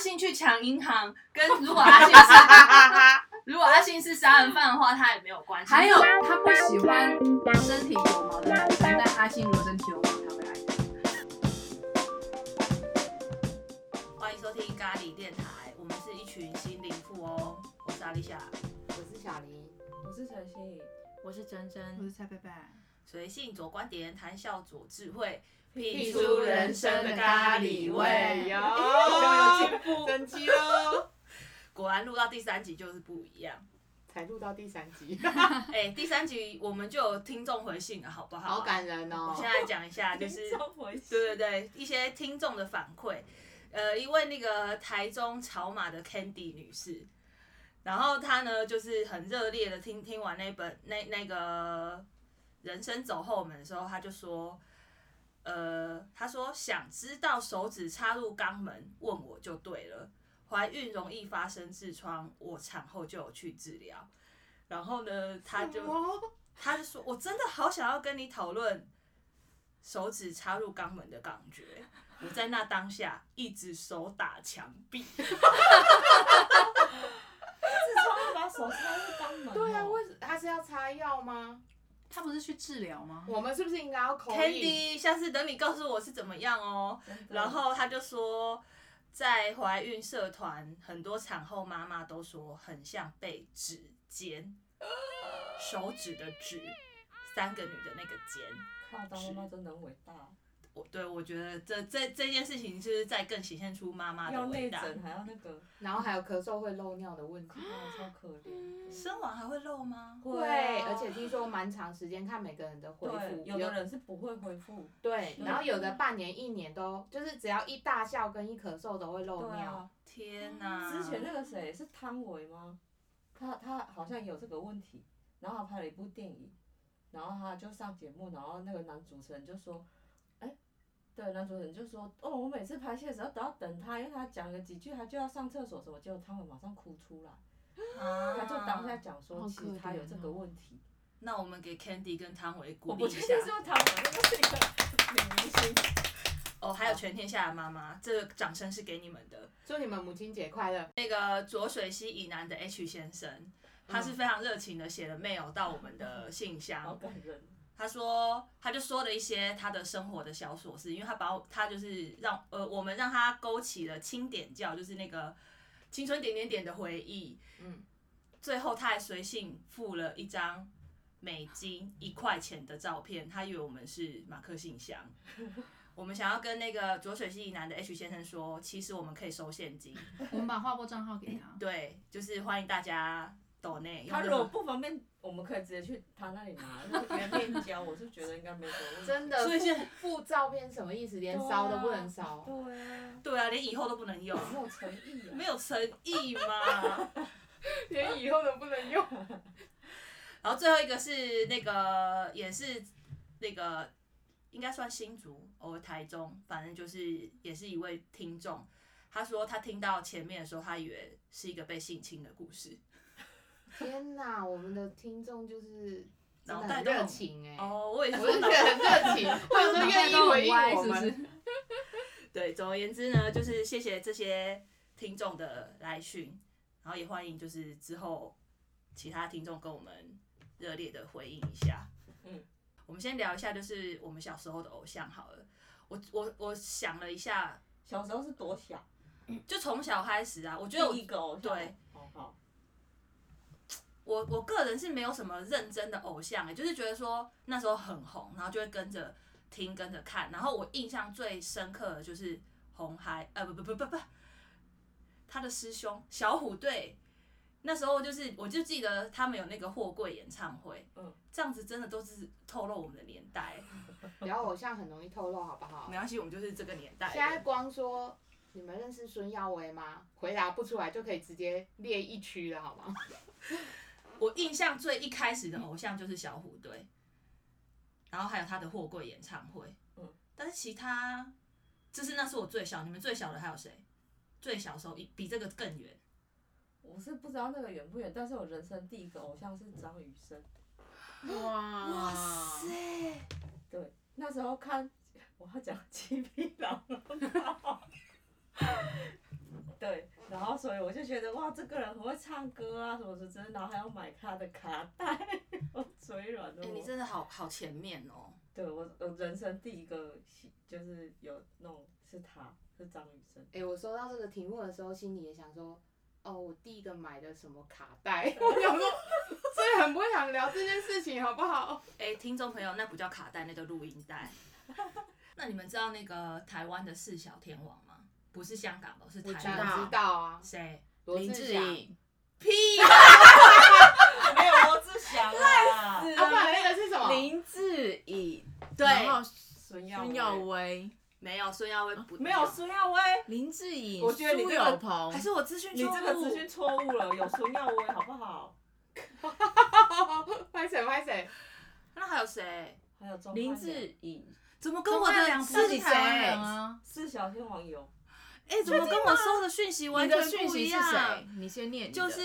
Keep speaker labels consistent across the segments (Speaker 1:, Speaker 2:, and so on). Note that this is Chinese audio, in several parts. Speaker 1: 信去抢银行，跟如果阿信是如果阿信是杀人犯的话，他也没有关系。
Speaker 2: 还有他不喜欢身体有毛的男生，但阿信如果身体有毛，他会爱他。
Speaker 1: 欢迎收听咖喱电台，我们是一群新灵妇哦，我是阿丽莎，
Speaker 3: 我是小黎，
Speaker 4: 我是陈心怡，
Speaker 3: 我是珍
Speaker 2: 我
Speaker 3: 珍，
Speaker 2: 是蔡贝贝，
Speaker 1: 随性左观点，谈笑左智慧，
Speaker 3: 品出人生的咖喱
Speaker 1: 哎
Speaker 3: 味
Speaker 4: 有
Speaker 1: 有进步
Speaker 4: 等级喽，
Speaker 1: 果然录到第三集就是不一样。
Speaker 3: 才录到第三集，
Speaker 1: 哎、第三集我们就有听众回信了，好不好、
Speaker 3: 好。感人
Speaker 1: 我
Speaker 3: 哦
Speaker 1: 现！在讲一下，就是
Speaker 4: 回
Speaker 1: 对对对，一些听众的反馈，呃，一位那个台中草马的 Candy 女士，然后她呢就是很热烈的听听完那本那那个人生走后门的时候，她就说，呃，她说想知道手指插入肛门，问我就对了。怀孕容易发生痔疮，我产后就有去治疗。然后呢，她就他就说：“我真的好想要跟你讨论手指插入肛门的感觉。”我在那当下一直手打墙壁。
Speaker 4: 痔疮会把手插入肛门哦。
Speaker 3: 对啊，为什他是要擦药吗？
Speaker 2: 他不是去治疗吗？
Speaker 3: 我们是不是应该要口译？
Speaker 1: Candy，下次等你告诉我是怎么样哦。
Speaker 4: 真的
Speaker 1: 然后他就说，在怀孕社团，很多产后妈妈都说很像被指尖，手指的指，三个女的那个尖。
Speaker 4: 靠，当妈妈真的很伟大，
Speaker 1: 我对我觉得这这这件事情就是在更显现出妈妈的
Speaker 4: 要
Speaker 1: 伟
Speaker 4: 内
Speaker 1: 大。
Speaker 4: 诊还要那个，
Speaker 3: 然后还有咳嗽会漏尿的问题。
Speaker 4: 哇，超可怜。
Speaker 1: 生完还会漏吗？
Speaker 3: 会
Speaker 4: 啊，
Speaker 3: 而且听说蛮长时间，看每个人的恢
Speaker 4: 对，
Speaker 3: 复。
Speaker 4: 有的人是不会恢复。
Speaker 3: 对，
Speaker 4: 嗯
Speaker 3: 然后有的半年、一年都，就是只要一大笑跟一咳嗽都会
Speaker 4: 对
Speaker 3: 漏尿。
Speaker 4: 啊，
Speaker 1: 天哪！
Speaker 4: 之前那个谁是汤唯吗？他他好像有这个问题，然后他拍了一部电影，然后他就上节目，然后那个男主持人就说，哎、对，男主持人就说，哦，我每次拍戏的时候都要等他，因为他讲了几句，他就要上厕所什么，结果汤唯马上哭出来，
Speaker 1: 啊
Speaker 4: 他就当下讲
Speaker 2: 好
Speaker 4: 说，
Speaker 2: 可
Speaker 4: 其实他有这
Speaker 2: 怜
Speaker 4: 个
Speaker 2: 哦
Speaker 4: 问题。
Speaker 1: 那我们给 Candy 跟汤唯鼓
Speaker 4: 我
Speaker 1: 励
Speaker 4: 不
Speaker 1: 一
Speaker 4: 确
Speaker 1: 下
Speaker 4: 定是不是汤唯，那个是一个女明星。
Speaker 1: 哦，还有全天下的妈妈，这个掌声是给你们的。
Speaker 3: 祝你们母亲节快乐！
Speaker 1: 那个浊水溪以南的 H 先生，他是非常热情的写了 mail 到我们的信
Speaker 4: 嗯好
Speaker 1: 箱，
Speaker 4: 感人，哦
Speaker 1: 他说他就说了一些他的生活的小琐事，因为他把我他就是让呃我们让他勾起了清点教，就是那个青春点点点的回忆。
Speaker 3: 嗯，
Speaker 1: 最后他还随性附了一张美金一块钱的照片，他以为我们是马克信箱。我们想要跟那个浊水溪以南的 H 先生说，其实我们可以收现金，
Speaker 2: 我们把划拨账号给他。
Speaker 1: 对，就是欢迎大家抖内。
Speaker 4: 他
Speaker 1: 用
Speaker 4: 如
Speaker 1: 任何
Speaker 4: 果不方便，我们可以直接去他那里拿，那个原面交，我是觉得应该没什么问题。
Speaker 3: 真的，
Speaker 1: 所以现
Speaker 3: 附附照片什么意思？连
Speaker 4: 对啊
Speaker 3: 烧都不能烧。
Speaker 4: 对啊，
Speaker 1: 对啊，连以后都不能用，
Speaker 4: 没有诚意啊。
Speaker 1: 没有诚意嘛。
Speaker 3: 连以后都不能用。
Speaker 1: 然后最后一个是那个也是那个应该算新竹，哦，台中，反正就是也是一位听众，他说他听到前面的时候，他以为是一个被性侵的故事。
Speaker 3: 天哪，我们的听众就是真
Speaker 1: 脑
Speaker 3: 的
Speaker 1: 袋
Speaker 3: 很
Speaker 1: 都很
Speaker 3: 热情哎、
Speaker 1: 哦，我也是
Speaker 3: 我就
Speaker 1: 说
Speaker 3: 觉
Speaker 1: 脑
Speaker 3: 得很热 情，他们都愿意回应我
Speaker 2: 是不
Speaker 3: 们。
Speaker 2: 是？
Speaker 1: 对，总而言之呢，就是谢谢这些听众的来讯，然后也欢迎就是之后其他听众跟我们热烈的回应一下。
Speaker 4: 嗯，
Speaker 1: 我们先聊一下就是我们小时候的偶像好了。我我我想了一下，
Speaker 4: 小时候是多小？
Speaker 1: 就从小开始啊，我
Speaker 3: 嗯
Speaker 1: 觉
Speaker 4: 只
Speaker 1: 得
Speaker 4: 有
Speaker 1: 我
Speaker 4: 一个偶像。哦
Speaker 1: 对
Speaker 4: 好好。
Speaker 1: 我我个人是没有什么认真的偶像、欸，就是觉得说那时候很红，然后就会跟着听跟着看。然后我印象最深刻的就是红孩，呃不不不不不，他的师兄小虎队。那时候就是，我就记得他们有那个货柜演唱会，
Speaker 4: 嗯
Speaker 1: 这样子真的都是透露我们的年代。
Speaker 3: 聊偶像很容易透露，好不好
Speaker 1: 没？关系，我们就是这个年代的。
Speaker 3: 现在光说你们认识孙耀威吗？回答不出来就可以直接列一区了，好 吗？
Speaker 1: 我印象最一开始的偶像就是小虎队，然后还有他的货柜演唱会。嗯
Speaker 4: 嗯，
Speaker 1: 但是其他就是那是我最小，你们最小的还有谁？最小的时候比这个更远。
Speaker 4: 我是不知道那个远不远，但是我人生第一个偶像是张雨生。
Speaker 2: 哇哇塞！
Speaker 4: 对，那时候看 我要讲七匹狼。对，所以我就觉得哇，这个人很会唱歌啊，什么什么之类的，然后还要买他的卡带， 我嘴软了
Speaker 1: 哎、
Speaker 4: 我。
Speaker 1: 你真的好好前面哦。
Speaker 4: 对我，我人生第一个喜就是有那种是他，是张雨生。
Speaker 3: 哎、我收到这个题目的时候，心里也想说，哦，我第一个买的什么卡带？ 我想说，所以很不想聊这件事情，好不好？
Speaker 1: 哎、听众朋友，那不叫卡带，那叫录音带。 那你们知道那个台湾的四小天王吗？不是香港的，是台
Speaker 2: 知
Speaker 3: 当
Speaker 1: 湾
Speaker 3: 然
Speaker 1: 的。
Speaker 2: 道
Speaker 3: 知道啊，
Speaker 1: 谁？
Speaker 3: 罗
Speaker 2: 林
Speaker 3: 志
Speaker 2: 志
Speaker 3: 祥。
Speaker 2: 颖，
Speaker 1: 屁！
Speaker 4: 没有罗志祥啦，
Speaker 3: 啊，不然那个是什么？
Speaker 2: 林志颖，
Speaker 1: 对，
Speaker 2: 然后
Speaker 4: 孙耀
Speaker 2: 孙耀
Speaker 4: 威
Speaker 2: 威，
Speaker 1: 没有孙耀威不
Speaker 4: 没有孙耀威，
Speaker 2: 林志颖，
Speaker 3: 我觉得你
Speaker 2: 苏
Speaker 3: 这个
Speaker 2: 有朋，
Speaker 1: 还是我资讯
Speaker 4: 你
Speaker 1: 错误？
Speaker 4: 这个资讯错误了，有孙耀威好不好？
Speaker 3: 哦拍谁拍谁？
Speaker 1: 那还有谁？
Speaker 4: 还有钟
Speaker 2: 林
Speaker 4: 汉良
Speaker 2: 志颖，
Speaker 1: 怎么跟我的
Speaker 2: 是
Speaker 1: 是
Speaker 2: 你
Speaker 1: 台湾人？
Speaker 2: 啊？
Speaker 4: 四小天王有
Speaker 1: 哎、怎么跟我收的讯息完
Speaker 2: 你
Speaker 1: 全
Speaker 2: 的讯
Speaker 1: 不一
Speaker 2: 息是
Speaker 1: 样
Speaker 2: 谁？？你先念你的，
Speaker 1: 就是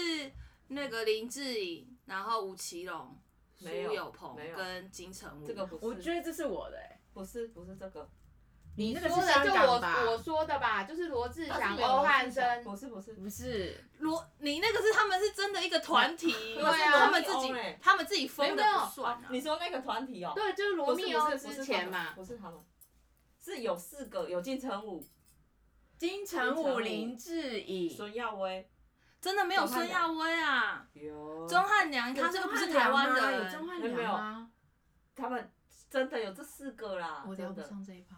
Speaker 1: 那个林志颖，然后吴奇隆、苏
Speaker 4: 没有
Speaker 1: 有朋
Speaker 4: 没有
Speaker 1: 跟金城武。
Speaker 4: 这个不是，
Speaker 2: 我觉得这是我的欸，
Speaker 4: 不是不是这个，
Speaker 2: 你那个
Speaker 3: 说
Speaker 2: 是
Speaker 3: 的
Speaker 2: 香
Speaker 3: 就
Speaker 2: 港吧？
Speaker 3: 我我说的吧，就是罗志
Speaker 4: 但
Speaker 3: 祥、
Speaker 4: 是没有罗
Speaker 3: 欧
Speaker 4: 志
Speaker 3: 汉
Speaker 4: 祥
Speaker 3: 声。
Speaker 4: 不哦是不是，
Speaker 2: 不是，
Speaker 1: 罗，你那个是他们是真的一个 团体，对
Speaker 3: 啊
Speaker 1: 他们自己
Speaker 4: 罗密欧欸
Speaker 1: 他们自己封的
Speaker 3: 没有没有
Speaker 1: 不算
Speaker 2: 哦
Speaker 1: 啊。
Speaker 4: 你说那个团体哦，
Speaker 3: 对，就是罗
Speaker 4: 不是
Speaker 3: 密
Speaker 4: 不
Speaker 3: 欧
Speaker 4: 是不是
Speaker 3: 之
Speaker 4: 他
Speaker 3: 前
Speaker 4: 们
Speaker 3: 嘛，
Speaker 4: 不是他们，是有四个有金城武、
Speaker 2: 金城武、林志颖，
Speaker 4: 孙耀威，
Speaker 1: 真的没有孙耀威啊，
Speaker 4: 有
Speaker 1: 钟汉良，
Speaker 3: 啊
Speaker 1: 他这个不是台湾
Speaker 2: 哦有
Speaker 1: 人
Speaker 2: 张，汉
Speaker 4: 没有
Speaker 2: 良吗？
Speaker 4: 他们真的有这四个啦，
Speaker 2: 我聊
Speaker 4: 真
Speaker 2: 不
Speaker 4: 的
Speaker 2: 上这一趴。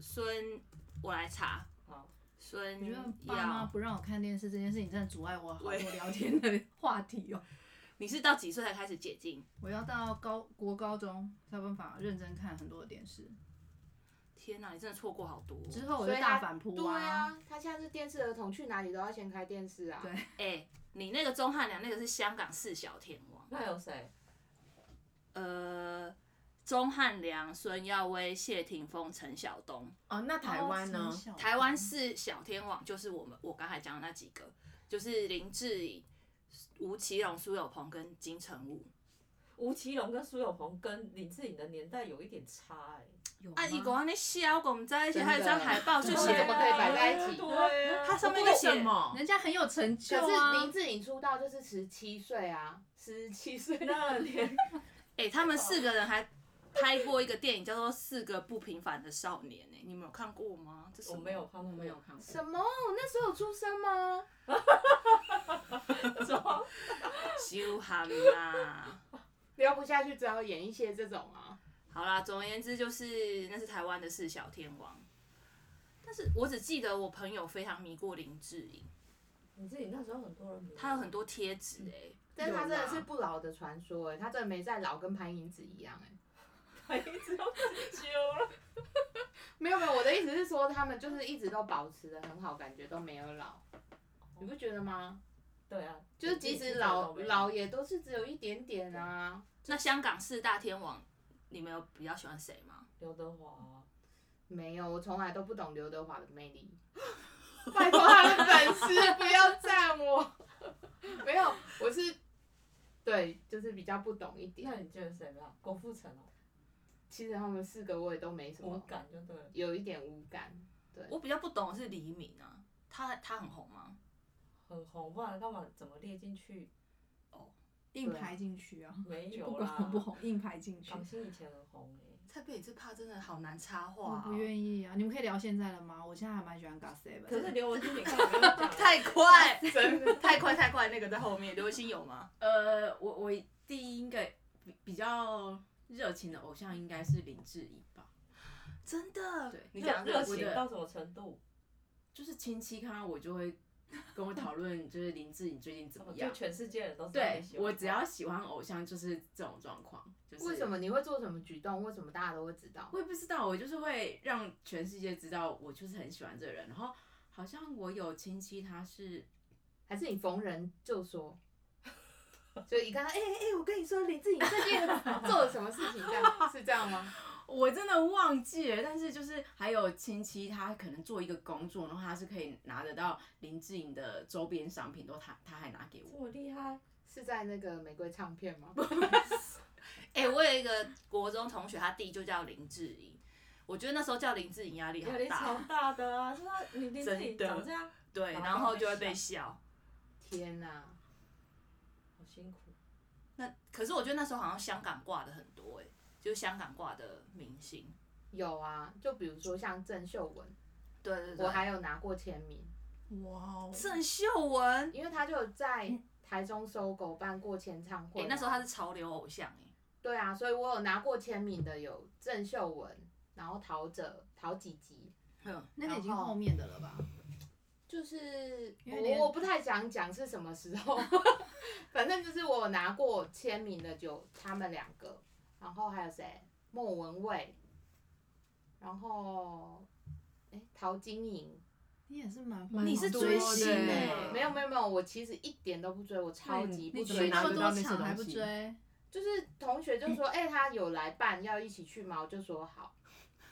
Speaker 1: 孙，我来查
Speaker 4: 好，
Speaker 1: 孙
Speaker 2: 我觉得爸妈
Speaker 1: 耀，
Speaker 2: 不让我看电视这件事情，真的阻碍我好多
Speaker 1: 喂
Speaker 2: 聊天的 话题哦。
Speaker 1: 你是到几岁才开始解禁？
Speaker 2: 我要到高国高中才有办法认真看很多的电视，
Speaker 1: 天哪，你真的错过好多哦。
Speaker 2: 之后我
Speaker 3: 所
Speaker 2: 就
Speaker 3: 以
Speaker 2: 大
Speaker 3: 他
Speaker 2: 反扑
Speaker 3: 对啊，他现在是电视儿童，去哪里都要先开电视啊。
Speaker 2: 对
Speaker 1: 哎、你那个钟汉良那个是香港四小天王，
Speaker 4: 那有谁？
Speaker 1: 呃，钟汉良、孙耀威、谢霆锋、陈晓东，
Speaker 5: 哦，那台湾呢？？
Speaker 1: 台湾四小天王就是我们我刚才讲的那几个，就是林志颖、吴奇隆、苏有朋跟金城武。
Speaker 4: 吴奇隆跟苏有朋跟林志颖的年代有一点差哎、
Speaker 1: 啊，
Speaker 2: 一
Speaker 1: 一个安尼笑，我们在一起，
Speaker 3: 真的
Speaker 1: 还有一张海报就
Speaker 3: 这
Speaker 1: 写
Speaker 3: 些怎么可以摆在一起
Speaker 4: 对啊，
Speaker 1: 它上面
Speaker 5: 为
Speaker 1: 就写
Speaker 5: 什么？
Speaker 2: 人家很有成就
Speaker 3: 可是
Speaker 2: 啊
Speaker 3: 林。志颖出道就是十七岁啊，十七岁
Speaker 4: 那年
Speaker 1: 哎、他们四个人还拍过一个电影叫做《四个不平凡的少年》呢、你们有看过吗？这是
Speaker 4: 我没有，看过，
Speaker 5: 我没有看 过。
Speaker 3: 什么？那时候有出生吗？
Speaker 4: 过。
Speaker 1: 羞寒啦。
Speaker 3: 聊不下去，只好演一些这种啊。
Speaker 1: 好啦，总而言之就是那是台湾的四小天王，但是我只记得我朋友非常迷过林志颖，
Speaker 4: 林志颖那时候很多人迷，
Speaker 1: 他有很多贴纸哎，
Speaker 3: 但是他真
Speaker 2: 有
Speaker 3: 的
Speaker 2: 啦
Speaker 3: 是不老的传说哎、他真的没再老，跟潘迎紫一样哎、
Speaker 4: 一直都揪了。
Speaker 3: 没有没有，我的意思是说，他们就是一直都保持的很好，感觉都没有老，你不觉得吗？
Speaker 4: 对啊，
Speaker 3: 就是即使老老也都是只有一点点啊。
Speaker 1: 那香港四大天王，你们有比较喜欢谁吗？
Speaker 4: 刘德华啊，
Speaker 3: 没有，我从来都不懂刘德华的魅力。拜托他的粉丝不要赞我。 没有，我是对，就是比较不懂一点
Speaker 4: 那。你觉得谁比较好？郭富城哦，
Speaker 3: 其实他们四个我也都没什
Speaker 4: 无
Speaker 3: 么，
Speaker 4: 感就对了。
Speaker 3: 有一点无感。对，
Speaker 1: 我比较不懂的是黎明啊，他他很红吗？
Speaker 4: 很红，不然干嘛怎么列进去？
Speaker 2: 硬排进去啊，
Speaker 4: 没
Speaker 2: 就不
Speaker 4: 有
Speaker 2: 管
Speaker 4: 啦，
Speaker 2: 红不红，硬排进去。
Speaker 4: 港星以前很红欸诶、
Speaker 1: 蔡佩这怕真的好难插
Speaker 2: 我
Speaker 1: 话、
Speaker 2: 不愿意啊！你们可以聊现在了吗？我现在还蛮喜欢 Gossip 的。
Speaker 4: 可是刘文君，你看我没有讲
Speaker 1: 太快， 真的太快太快，那个在后面，刘星有吗？
Speaker 5: 呃，我我第一个比比较热情的偶像应该是林志颖吧，
Speaker 1: 真的，
Speaker 5: 对
Speaker 1: 你讲
Speaker 4: 热
Speaker 1: 热
Speaker 4: 热情
Speaker 1: 情
Speaker 5: 的
Speaker 4: 到什么程度？
Speaker 5: 就是亲戚看到我就会跟我讨论，就是林志颖最近怎么
Speaker 4: 就
Speaker 5: 样。
Speaker 4: 全世界人都知道
Speaker 5: 对
Speaker 4: 你喜欢他
Speaker 5: 我只要喜欢偶像就是这种状况，就是
Speaker 3: 为什么你会做什么举动？为什么大家都会知道？
Speaker 5: 我也不知道，我就是会让全世界知道我就是很喜欢这个人，然后好像我有亲戚他是
Speaker 3: 还是你逢人就 说？所以一看到，哎哎哎，我跟你说，林志颖最近 做了什么事情？这样是这样吗？
Speaker 5: 我真的忘记了，但是就是还有亲戚，他可能做一个工作，然后他是可以拿得到林志颖的周边商品，都他他还拿给
Speaker 4: 这
Speaker 5: 我。
Speaker 4: 么厉害，
Speaker 3: 是在那个玫瑰唱片吗？
Speaker 1: 欸哎、我有一个国中同学，他弟就叫林志颖。我觉得那时候叫林志颖压力好
Speaker 4: 压力超
Speaker 1: 大，
Speaker 4: 大的啊！就说你林志
Speaker 1: 真
Speaker 4: 颖
Speaker 1: 的
Speaker 4: 长这样，
Speaker 1: 对，
Speaker 4: 然后
Speaker 1: 然后就会
Speaker 4: 被
Speaker 1: 被笑。
Speaker 3: 天哪、
Speaker 4: 好辛苦。
Speaker 1: 那可是我觉得那时候好像香港挂的很多哎、就是香港挂的明星。
Speaker 3: 有啊，就比如说像郑秀文，
Speaker 1: 对对对，
Speaker 3: 我还有拿过签名，
Speaker 5: 哇哦，
Speaker 1: 郑秀文，欸
Speaker 3: 因为他就有在台中搜狗办过签唱
Speaker 1: 哎、
Speaker 3: 会嘛、
Speaker 1: 那时候他是潮流偶像哎、
Speaker 3: 对啊，所以我有拿过签名的有郑秀文，然后陶喆、陶几吉，
Speaker 1: 哼，
Speaker 5: 那个已经后面的了吧？
Speaker 3: 就是
Speaker 5: 因为连
Speaker 3: 我我不太想讲是什么时候， 反正就是我有拿过签名的就他们两个，然后还有谁？莫文蔚，然后哎陶晶莹，
Speaker 5: 你也是蛮
Speaker 1: 你是追星欸
Speaker 3: 没有没有没有，我其实一点都不追，我超级不
Speaker 5: 你
Speaker 3: 追
Speaker 5: 去
Speaker 4: 去
Speaker 5: 那
Speaker 3: 星
Speaker 5: 么
Speaker 4: 么
Speaker 5: 多
Speaker 4: 多
Speaker 5: 场
Speaker 4: 场
Speaker 5: 还
Speaker 4: 还
Speaker 5: 不
Speaker 4: 不
Speaker 5: 追
Speaker 4: 追？
Speaker 3: 就是同学就说，哎、他有来办，要一起去吗？我就说好。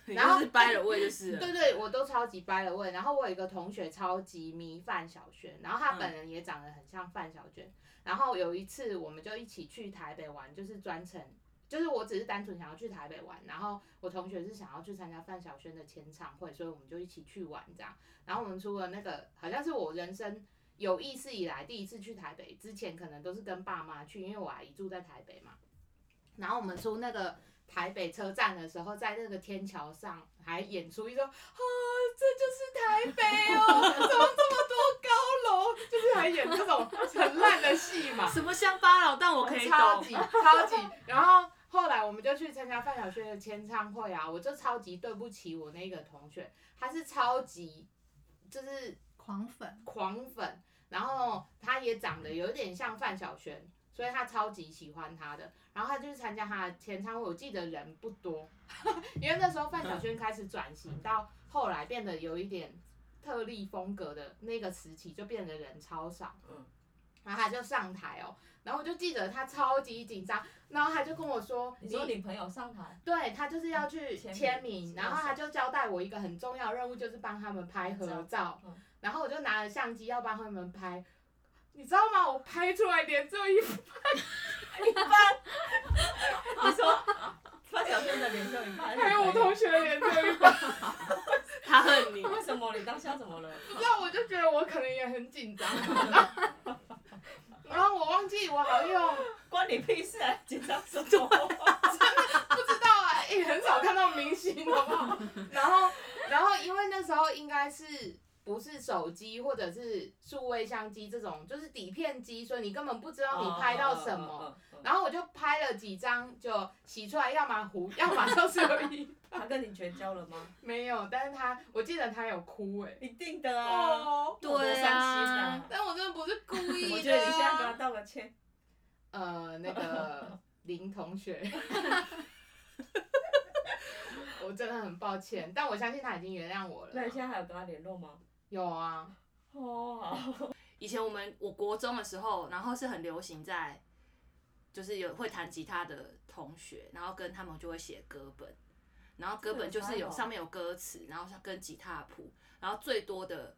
Speaker 1: 然
Speaker 3: 然后
Speaker 1: 后是掰了位就是 了。
Speaker 3: 对对，我都超级掰了问。然后我有一个同学超级迷范晓萱，然后
Speaker 1: 嗯
Speaker 3: 她本人也长得很像范晓萱。然后有一次我们就一起去台北玩，就是专程，就是我只是单纯想要去台北玩。然后我同学是想要去参加范晓萱的签唱会，所以我们就一起去玩这样。然后我们出了那个，好像是我人生有意识以来第一次去台北，之前可能都是跟爸妈去，因为我阿姨住在台北嘛。然后我们出那个台北车站的时候，在那个天桥上还演出一首啊，这就是台北哦，怎么这么多高楼？就是还演这种很烂的戏嘛，
Speaker 1: 什么乡巴佬，但我可以
Speaker 3: 超
Speaker 1: 懂。
Speaker 3: 级超级。然后后来我们就去参加范晓萱的签唱会啊，我就超级对不起我那个同学，他是超级就是
Speaker 5: 狂粉，
Speaker 3: 狂粉，然后他也长得有点像范晓萱，所以他超级喜欢她的。然后他就去参加她的签唱会，我记得人不多， 因为那时候范晓萱开始转
Speaker 4: 嗯
Speaker 3: 型，到后来变得有一点特例风格的那个时期，就变得人超少。
Speaker 4: 嗯
Speaker 3: 然后他就上台哦，然后我就记得他超级紧张，然后他就跟我说：“
Speaker 4: 你说你朋友上 台，
Speaker 3: 对他就是要去
Speaker 4: 哦签名
Speaker 3: 签名，然后他就交代我一个很重要的任务，就是帮他们拍合照
Speaker 4: 嗯。
Speaker 3: 然后我就拿了相机要帮他们拍，你知道吗？我拍出来连这一
Speaker 4: 你说范晓萱的脸就一半，
Speaker 3: 拍，我同学的脸这 一半，
Speaker 1: 他恨你，
Speaker 4: 为什么你当下怎么了？
Speaker 3: 不知道我就觉得我可能也很紧 张。然后然后我忘记我好像用，
Speaker 4: 关你屁事啊！紧张什 么？
Speaker 3: 不知道啊，也、很少看到明星，好不好？然后，然后因为那时候应该是不是手机或者是数位相机这种，就是底片机，所以你根本不知道你拍到什么。
Speaker 4: 哦？哦哦哦
Speaker 3: 然后我就拍了几张，就洗出来，要么糊，要么就是 有一
Speaker 4: 他跟你绝交了吗？
Speaker 3: 没有。但是他，我记得他有哭哎、
Speaker 4: 一定的啊！
Speaker 3: 哦，
Speaker 4: 多伤
Speaker 1: 对
Speaker 4: 心啊
Speaker 1: 啊！
Speaker 3: 但我真的不是故意的、
Speaker 4: 我觉得你现在跟他道个歉。
Speaker 3: 呃，那 个林同学，我真的很抱歉，但我相信他已经原谅我了。
Speaker 4: 那你现在还有跟他联络吗？
Speaker 3: 有啊，
Speaker 4: 哦，好。
Speaker 1: 以前我们我国中的时候，然后是很流行在，就是有会弹吉他的同学，然后跟他们就会写歌本，然后歌本就是
Speaker 4: 这个
Speaker 1: 有
Speaker 4: 有差哦
Speaker 1: 上面有歌词，然后跟吉他的谱，然后最多的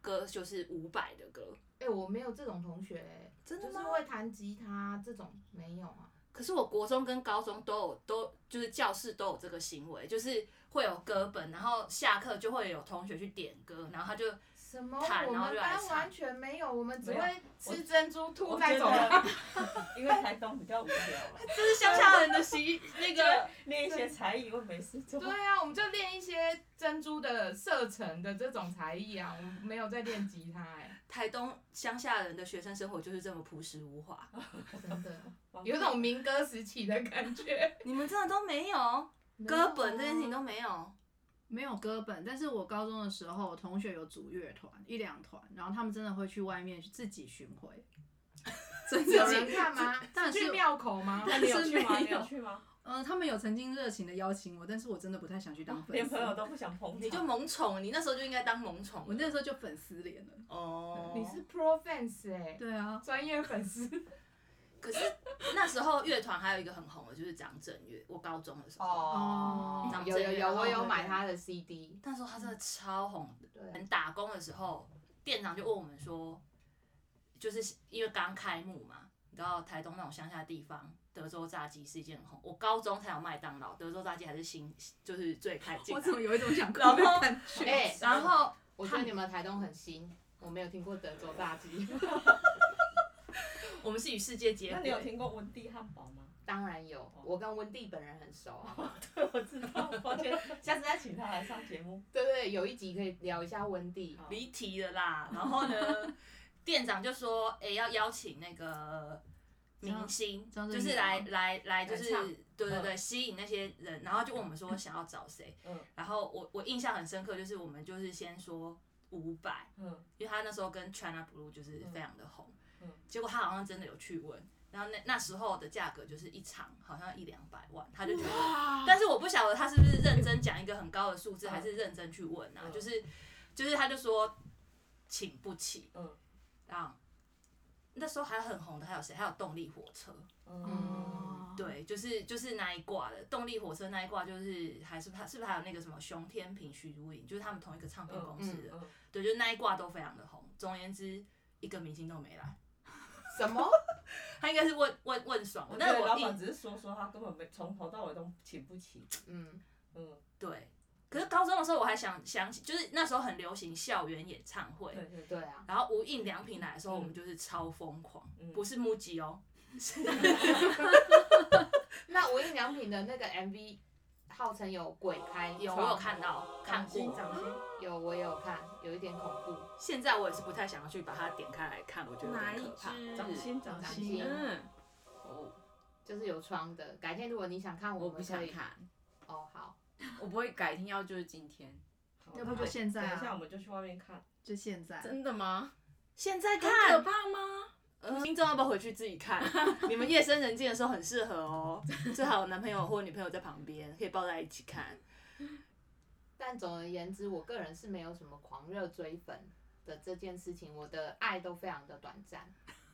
Speaker 1: 歌就是伍佰的歌，
Speaker 3: 哎、我没有这种同学、欸，
Speaker 1: 真
Speaker 3: 就是会弹吉他这种没有啊。
Speaker 1: 可是我国中跟高中都有都就是教室都有这个行为，就是会有歌本，然后下课就会有同学去点歌，然后他就
Speaker 3: 什么？
Speaker 1: 弹
Speaker 3: 我
Speaker 1: 然后
Speaker 3: 们
Speaker 1: 就来
Speaker 3: 班
Speaker 1: 唱
Speaker 3: 完全没有，我们只
Speaker 4: 没有
Speaker 3: 会
Speaker 4: 我
Speaker 3: 吃珍珠
Speaker 4: 我
Speaker 3: 兔
Speaker 4: 觉
Speaker 3: 那种。
Speaker 4: 得，因为台东比较无聊了，
Speaker 1: 这是乡下人的 习那个
Speaker 4: 练一些才艺会没事 做。
Speaker 3: 对啊，我们就练一些珍珠的射程的这种才艺啊，我们没有在练吉他哎、
Speaker 1: 台东乡下人的学生生活就是这么朴实无华。
Speaker 3: 真的 有一种民歌时期的感觉。
Speaker 1: 你们真的都没有 歌本这件事情都没有，
Speaker 6: 没有歌本，但是我高中的时候，我同学有组乐团一两团，然后他们真的会去外面自己巡 回。
Speaker 1: 真
Speaker 3: 有人看吗？
Speaker 6: 但
Speaker 3: 是
Speaker 6: 是
Speaker 3: 去庙口吗？
Speaker 4: 那你有去吗？
Speaker 6: 是没有
Speaker 4: 你有去吗？
Speaker 6: 嗯、他们有曾经热情的邀请我，但是我真的不太想去当粉
Speaker 4: 连
Speaker 6: 丝
Speaker 4: 朋。友都不想捧场。
Speaker 1: 你 就萌宠，你那时候就应该当萌宠了。
Speaker 6: 我那时候就粉丝脸了。
Speaker 1: 哦，
Speaker 3: 你是 pro fans 哎、
Speaker 6: 对啊，
Speaker 3: 专业粉 丝。
Speaker 1: 可是那时候乐团还有一个很红的，就是张震岳。我高中的时候，
Speaker 6: 哦
Speaker 1: 长
Speaker 3: 有有
Speaker 1: 这样哦
Speaker 3: 有，我有
Speaker 6: 对
Speaker 3: 买
Speaker 6: 对
Speaker 3: 他的 CD。
Speaker 1: 那时候他真的超红的。
Speaker 3: 对
Speaker 1: 们打工的时候，店长就问我们说，就是因为刚开幕嘛，你知道台东那种乡下地方，德州炸鸡是一件很红，我高中才有麦当劳，德州炸鸡还是新，就是最开进
Speaker 6: 我
Speaker 1: 来
Speaker 6: 怎么有一种想哭
Speaker 1: 然
Speaker 6: 的
Speaker 1: 后
Speaker 6: 感觉？
Speaker 3: 哎、
Speaker 1: 然后
Speaker 3: 我觉得你们台东很新，我没有听过德州炸 鸡。
Speaker 1: 我们是与世界接
Speaker 4: 那你有
Speaker 1: 轨，
Speaker 4: 听过文帝汉堡吗？
Speaker 3: 当然有，
Speaker 1: 哦
Speaker 3: 我跟温蒂本人很熟。好吗
Speaker 4: 对，我知道，抱歉，下次再请他来上节目。
Speaker 3: 对对，有一集可以聊一下温蒂。
Speaker 4: 好
Speaker 1: 离题了啦。然后呢，店长就说，哎、要邀请那个明星，
Speaker 6: 张
Speaker 1: 就
Speaker 6: 张
Speaker 1: 是
Speaker 6: 震
Speaker 1: 来
Speaker 6: 岳吗
Speaker 1: 来来，就是
Speaker 4: 来唱
Speaker 1: 对对对，吸引那些人。然后就问我们说想要找谁，
Speaker 4: 嗯
Speaker 1: 然后我我印象很深刻，就是我们就是先说伍佰，
Speaker 4: 嗯，
Speaker 1: 因为他那时候跟 China Blue 就是非常的红，
Speaker 4: 嗯
Speaker 1: 结果他好像真的有去问，然后那那时候的价格就是一场好像一两百万，他就觉得，但是我不晓得他是不是认真讲一个很高的数字，
Speaker 4: 嗯
Speaker 1: 还是认真去问啊，
Speaker 4: 嗯
Speaker 1: 就是就是他就说请不起，
Speaker 4: 嗯
Speaker 1: 啊，那时候还很红的还有谁？还有动力火车，
Speaker 4: 嗯，
Speaker 1: 对，就是就是那一挂的动力火车那一挂，就是还是他是不是还有那个什么熊天平、徐如影，就是他们同一个唱片公司的，
Speaker 4: 嗯嗯
Speaker 1: 对，就是那一挂都非常的红。总而言之，一个明星都没来，
Speaker 3: 什么？
Speaker 1: 他应该是问问问爽
Speaker 4: 我，觉
Speaker 1: 但
Speaker 4: 得
Speaker 1: 是
Speaker 4: 老
Speaker 1: 我
Speaker 4: 板
Speaker 1: 印
Speaker 4: 只是说说，他根本没从头到尾都请不起。
Speaker 3: 嗯，
Speaker 4: 嗯，
Speaker 1: 对。可是高中的时候，我还想想起，就是那时候很流行校园演唱会
Speaker 4: 对，对对，
Speaker 3: 对啊，
Speaker 1: 然后无印良品来的时候，
Speaker 4: 嗯
Speaker 1: 我们就是超疯狂，
Speaker 4: 嗯
Speaker 1: 不是木吉哦，
Speaker 3: 那无印良品的那个 MV 号称有鬼开窗，
Speaker 1: 有我有哦看到看
Speaker 4: 掌心
Speaker 1: 过，
Speaker 4: 掌心，
Speaker 3: 有我也有看，有一点恐怖。
Speaker 1: 现在我也是不太想要去把它点开来看，我觉得有
Speaker 5: 哪
Speaker 1: 点
Speaker 5: 一
Speaker 1: 可怕。
Speaker 4: 掌
Speaker 5: 只？
Speaker 4: 心掌
Speaker 3: 掌
Speaker 4: 心，
Speaker 3: 心
Speaker 1: 啊
Speaker 5: 嗯，
Speaker 4: 哦，
Speaker 3: 就是有窗的，改天如果你想看，
Speaker 5: 我
Speaker 3: 们
Speaker 5: 不
Speaker 3: 可以
Speaker 5: 想。看，
Speaker 3: 哦，好，
Speaker 5: 我不会改天要就是今天。
Speaker 4: 好
Speaker 6: 要不就现在
Speaker 4: 等一下我
Speaker 6: 啊，
Speaker 4: 们就去外面看。
Speaker 6: 就现在。
Speaker 5: 真的吗？
Speaker 1: 现在
Speaker 5: 很
Speaker 1: 看
Speaker 5: 可怕吗？
Speaker 1: 呃听众要不要回去自己看？你们夜深人静的时候很适合哦，最好有男朋友或女朋友在旁边，可以抱在一起看。
Speaker 3: 但总而言之，我个人是没有什么狂热追粉的这件事情，我的爱都非常的短暂。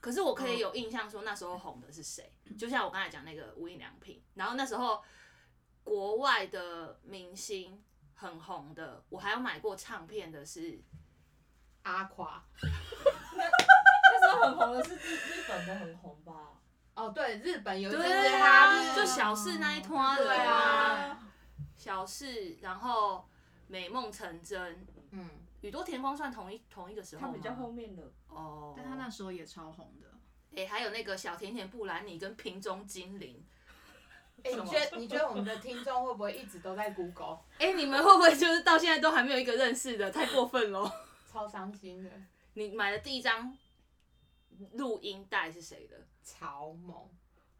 Speaker 1: 可是我可以有印象说那时候红的是谁，就像我刚才讲那个无印良品，然后那时候国外的明星很红的，我还有买过唱片的是
Speaker 3: 阿垮，
Speaker 4: 那时候很红的是日日本的很红吧？
Speaker 3: 哦，对，日本有一阵子
Speaker 1: 对
Speaker 3: 哈
Speaker 1: 啊，
Speaker 3: 日，
Speaker 1: 就小四那一团的
Speaker 3: 对啊，
Speaker 1: 小四，然后美梦成真，
Speaker 3: 嗯，
Speaker 1: 宇多田光算同一同一个时候
Speaker 4: 他
Speaker 1: 吗？
Speaker 4: 比较后面的，
Speaker 1: 哦，
Speaker 6: 但他那时候也超红的，
Speaker 1: 诶，还有那个小甜甜布兰妮跟瓶中精灵，
Speaker 3: 哎、你
Speaker 1: 什么
Speaker 3: 觉得你觉得我们的听众会不会一直都在 Google？
Speaker 1: 诶，你们会不会就是到现在都还没有一个认识的？太过分了！
Speaker 3: 超伤心的，
Speaker 1: 你买的第一张录音带是谁的？
Speaker 3: 超猛！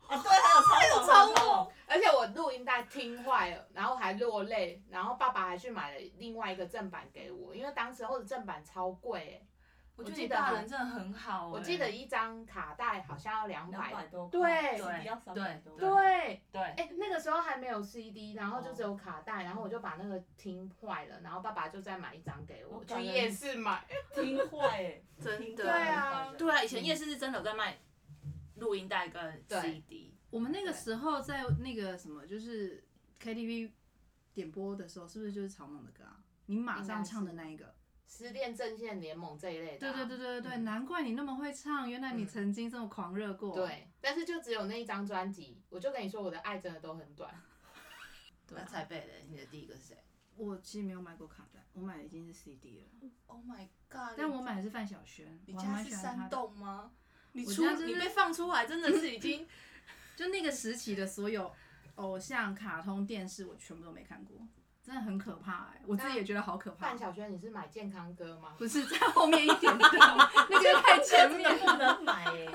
Speaker 4: 啊，对，还有超有超猛，
Speaker 3: 而且我录音带听坏了，然后还落泪，然后爸爸还去买了另外一个正版给我，因为当时候的正版超贵、欸，
Speaker 1: 我
Speaker 3: 觉得你大人
Speaker 1: 真的很好、
Speaker 3: 我记得一张卡带好像要哦哎两
Speaker 4: 两
Speaker 3: 百
Speaker 4: 百，多
Speaker 3: 对
Speaker 4: 块，CD 要三百多，
Speaker 1: 对
Speaker 3: 对，哦哎、
Speaker 1: 对，
Speaker 3: 那个时候还没有 CD，然后就只有卡带，然后我就把那个听坏了，然后爸爸就再买一张给我，
Speaker 4: 好
Speaker 3: 去
Speaker 4: 感人
Speaker 3: 夜市买，
Speaker 4: 听坏哎，
Speaker 1: 真
Speaker 3: 对
Speaker 1: 的，
Speaker 3: 啊
Speaker 1: 对啊，以前夜市是真的有在卖录音带跟
Speaker 3: 对
Speaker 1: CD，
Speaker 6: 我们那个时候在那个什么，就是 KTV 点播的时候，是不是就是草蜢的歌啊？你马上唱的那一个，
Speaker 3: 失恋阵线联盟这一类的、
Speaker 6: 对
Speaker 3: 啊，
Speaker 6: 对对对对，
Speaker 3: 嗯
Speaker 6: 难怪你那么会唱，原来你
Speaker 3: 嗯
Speaker 6: 曾经这么狂热过。，
Speaker 3: 对，但是就只有那一张专辑，我就跟你说，我的爱真的都很短。
Speaker 6: 对
Speaker 1: 那
Speaker 6: 啊
Speaker 1: 才贝嘞，你的第一个是谁
Speaker 6: 我其实没有买过卡带，我买的已经是 CD 了，
Speaker 1: ？Oh my god！
Speaker 6: 但我买的是范晓萱，
Speaker 1: 你
Speaker 6: 我还
Speaker 1: 家
Speaker 6: 蛮
Speaker 1: 是
Speaker 6: 喜欢她
Speaker 1: 山
Speaker 6: 的。
Speaker 1: 洞吗？你
Speaker 6: 我
Speaker 1: 出
Speaker 6: 家真
Speaker 1: 你
Speaker 6: 的
Speaker 1: 被放出来，真的是已经
Speaker 6: 就那个时期的所有偶像、卡通、电视，我全部都没看过，真的很可怕哎、我自己也觉得好可怕
Speaker 3: 范。晓萱，你是买健康歌吗？
Speaker 6: 不是在后面一点的，那个 太前面了。
Speaker 4: 不能买哎。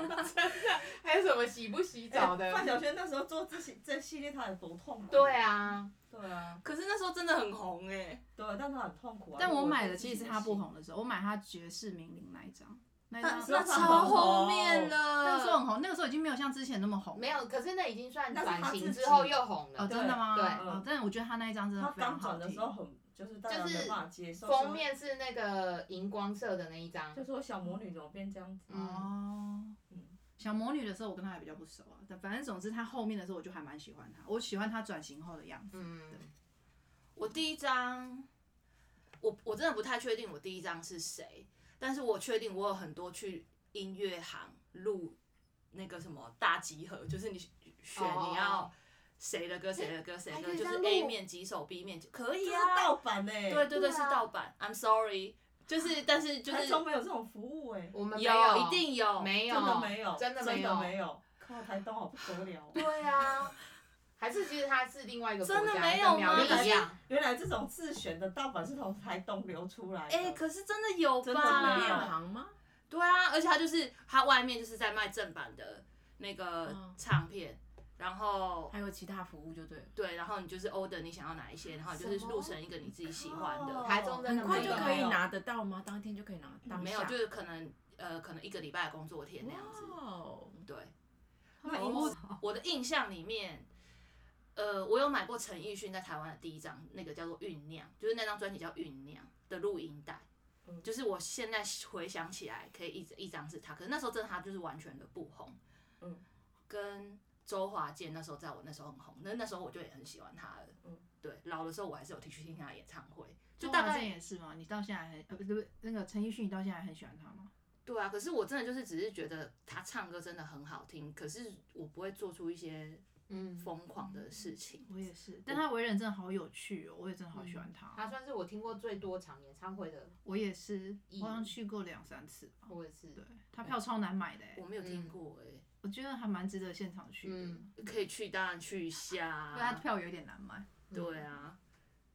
Speaker 3: 还有什么洗不洗澡的？
Speaker 4: 范晓萱那时候做这系这系列，她有多痛苦？
Speaker 3: 对啊，
Speaker 4: 对啊，
Speaker 1: 可是那时候真的很红哎、
Speaker 4: 对，但她很痛苦啊。
Speaker 6: 但我买的
Speaker 4: 自己
Speaker 6: 其实是他不
Speaker 4: 戏，
Speaker 6: 红的时候，我买他爵士名伶那一张，那一
Speaker 1: 那
Speaker 6: 张
Speaker 1: 那超后面
Speaker 6: 那个时候
Speaker 1: 了。
Speaker 6: 很红，那个时候已经没有像之前那么红。
Speaker 3: 没有，可是那已经算
Speaker 4: 那是他
Speaker 3: 转型
Speaker 4: 自己
Speaker 3: 之后又红
Speaker 6: 哦，
Speaker 3: 了。
Speaker 6: 真的吗？
Speaker 3: 对
Speaker 4: 嗯
Speaker 6: 哦，但是我觉得他那一张真
Speaker 4: 她
Speaker 6: 的非常
Speaker 4: 刚
Speaker 6: 好
Speaker 4: 转的
Speaker 6: 听
Speaker 4: 时。候很，就是大家没办法接受。
Speaker 3: 封面是那个荧光色的那一张
Speaker 4: 就，说小魔女怎么变这样子？
Speaker 3: 嗯，
Speaker 6: 哦，小魔女的时候我跟他还比较不熟啊，但反正总之他后面的时候我就还蛮喜欢他，我喜欢他转型后的样子。
Speaker 3: 嗯，
Speaker 1: 我第一张，我我真的不太确定我第一张是谁，但是我确定我有很多去音乐行录那个什么大集合，就是你选
Speaker 3: 哦
Speaker 1: 你要谁的歌，谁的歌，谁的
Speaker 4: 还
Speaker 1: 歌，
Speaker 4: 可以
Speaker 1: 就是
Speaker 4: 这样
Speaker 1: A
Speaker 4: 录
Speaker 1: 面几首，B 面几可以
Speaker 4: 这是
Speaker 1: 啊，
Speaker 4: 盗版哎、
Speaker 1: 对对对，
Speaker 3: 对
Speaker 1: 是
Speaker 3: 啊
Speaker 1: 盗版。I'm sorry，就是但是就
Speaker 4: 台
Speaker 1: 是
Speaker 4: 中没有这种服务哎、
Speaker 3: 我们没
Speaker 1: 有一定有，
Speaker 3: 没有，
Speaker 4: 真的没有，
Speaker 3: 真的没
Speaker 4: 没
Speaker 3: 有
Speaker 4: 有靠，台东好不得了哦、
Speaker 3: 对啊，还是其实它是另外一个国家
Speaker 1: 真的没有吗
Speaker 3: 跟苗栗一样，
Speaker 4: 原来这种自选的盗版是从台东流出来的。
Speaker 1: 哎、可是真的有吧？
Speaker 4: 真的没
Speaker 5: 有
Speaker 4: 有
Speaker 5: 行吗？
Speaker 1: 对啊，而且它就是它外面就是在卖正版的那个
Speaker 5: 嗯
Speaker 1: 唱片，然后
Speaker 5: 还有其他服务就对了，
Speaker 1: 对，然后你就是 order 你想要哪一些，然后你就是
Speaker 4: 什么
Speaker 1: 录成一个你自己喜欢的
Speaker 4: 靠，
Speaker 3: 台中真的
Speaker 5: 很快
Speaker 3: 没
Speaker 5: 就
Speaker 3: 有，
Speaker 5: 可以拿得到吗？当天就可以拿，当下
Speaker 1: 没有，就是可能呃可能一个礼拜的工作天那样子。
Speaker 5: 哇哦
Speaker 1: 对，
Speaker 4: 那
Speaker 1: 哦
Speaker 4: 因此
Speaker 1: 我的印象里面，呃，我有买过陈奕迅在台湾的第一张，那个叫做《酝酿》，就是那张专辑叫《酝酿》的录音带。
Speaker 4: 嗯
Speaker 1: 就是我现在回想起来，可以一直一张是他，可是那时候真的他就是完全的不红。
Speaker 4: 嗯，
Speaker 1: 跟周华健那时候在我那时候很红，那那时候我就也很喜欢他了。
Speaker 4: 嗯，
Speaker 1: 对，老的时候我还是有去听他的演唱会，就
Speaker 6: 就
Speaker 1: 大
Speaker 6: 大
Speaker 1: 概
Speaker 6: 概也是嘛。你到现在还呃不是不是那个陈奕迅，你到现在还很喜欢他吗？
Speaker 1: 对啊，可是我真的就是只是觉得他唱歌真的很好听，可是我不会做出一些
Speaker 3: 嗯，
Speaker 1: 疯狂的事情。
Speaker 6: 我也是，但他为人真的好有趣哦，我也真的好喜欢他。
Speaker 3: 嗯他算是我听过最多场演唱会的，
Speaker 6: 我也是，
Speaker 3: 艺
Speaker 6: 我好像去过两三次吧。
Speaker 3: 我也是
Speaker 6: 对，他票超难买的欸、
Speaker 1: 我没有听
Speaker 3: 嗯
Speaker 1: 过哎、
Speaker 6: 我觉得还蛮值得现场去的，
Speaker 3: 嗯
Speaker 1: 可以去当然去一下。啊
Speaker 6: 因为他票有点难买。
Speaker 3: 嗯
Speaker 1: 对啊，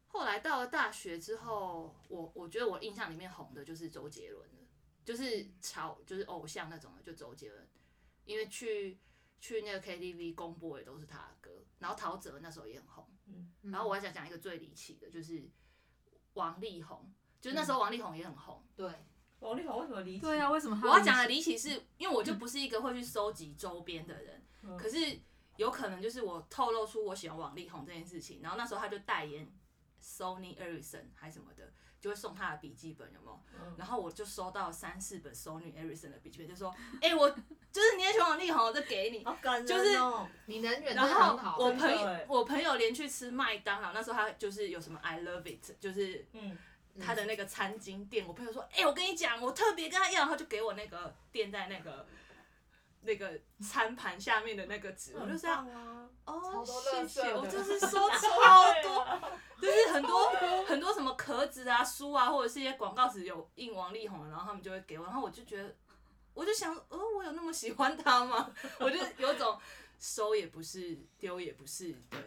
Speaker 1: 后来到了大学之后，我我觉得我印象里面红的就是周杰伦了，就是潮就是偶像那种的，就周杰伦，因为去去那个 KTV 公播也都是他的歌，然后陶喆那时候也很红，
Speaker 3: 嗯
Speaker 1: 然后我还想讲一个最离奇的，就是王力宏，就是那时候王力宏也很红。
Speaker 3: 对，
Speaker 4: 王力宏哦为什么离奇？
Speaker 6: 对啊，为什么他
Speaker 1: 我要讲的离奇是因为我就不是一个会去收集周边的人，
Speaker 4: 嗯
Speaker 1: 可是有可能就是我透露出我喜欢王力宏这件事情，然后那时候他就代言 Sony Ericsson 还什么的，就会送他的笔记本，有没有？
Speaker 4: 嗯
Speaker 1: 然后我就收到三四本 Sony Ericsson 的笔记本，就说：“哎、我就是你也喜欢王力宏，我就给你。”
Speaker 4: 好感人、哦，
Speaker 1: 就是
Speaker 3: 你能忍
Speaker 1: 然
Speaker 3: 真的很
Speaker 1: 后
Speaker 3: 好，
Speaker 1: 我朋
Speaker 4: 真的
Speaker 1: 友
Speaker 4: 欸，
Speaker 1: 我朋友连去吃麦当劳，那时候他就是有什么 I love it，就是
Speaker 4: 嗯，
Speaker 1: 他的那个餐巾垫，我朋友说，哎、我跟你讲，我特别跟他要，他就给我那个垫在那个那个餐盘下面的那个纸，我就这样，
Speaker 4: 很棒啊，
Speaker 1: 哦，
Speaker 3: 超多垃圾
Speaker 1: 谢
Speaker 3: 的
Speaker 1: 谢，我就是 收超
Speaker 4: 对
Speaker 1: 多，
Speaker 4: 啊
Speaker 1: 就是很多很多什么壳子啊、书啊，或者是一些广告词有印王力宏的，然后他们就会给我，然后我就觉得，我就想，呃，我有那么喜欢他吗？ 我就有种收也不是，丢也不是的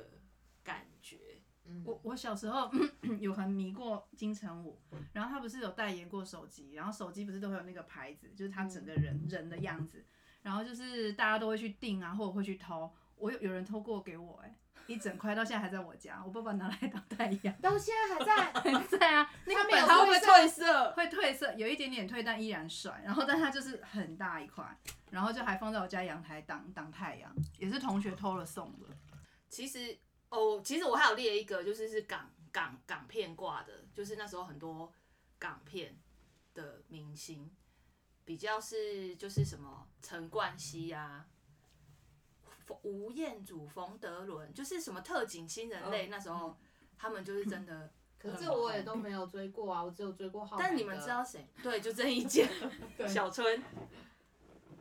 Speaker 1: 感觉，
Speaker 3: 嗯
Speaker 6: 我我小时候 有很迷过金城武，然后他不是有代言过手机，然后手机不是都会有那个牌子，就是他整个人、人的样子，然后就是大家都会去订啊，或者会去偷，我有有人偷过给我、欸，哎，一整块到现在还在我家，我爸爸拿来当代言，
Speaker 3: 到现在还在，
Speaker 6: 对啊， 那
Speaker 3: 他
Speaker 6: 个
Speaker 3: 没有
Speaker 6: 本
Speaker 3: 褪
Speaker 6: 会
Speaker 3: 色
Speaker 6: 褪色？会褪色，有一点点褪，但依然帅，然后但它就是很大一块，然后就还放在我家阳台挡挡太阳，也是同学偷了送的，
Speaker 1: 其实哦，其实我还有列一个，就是是港港港片挂的，就是那时候很多港片的明星，比较是就是什么陈冠希啊。冯吴彦祖、冯德伦，就是什么特警新人类，那时候他们就是真的。
Speaker 3: 可是我也都没有追过啊，我只有追过浩。
Speaker 1: 但你们知道谁？对，就郑伊 健、小春，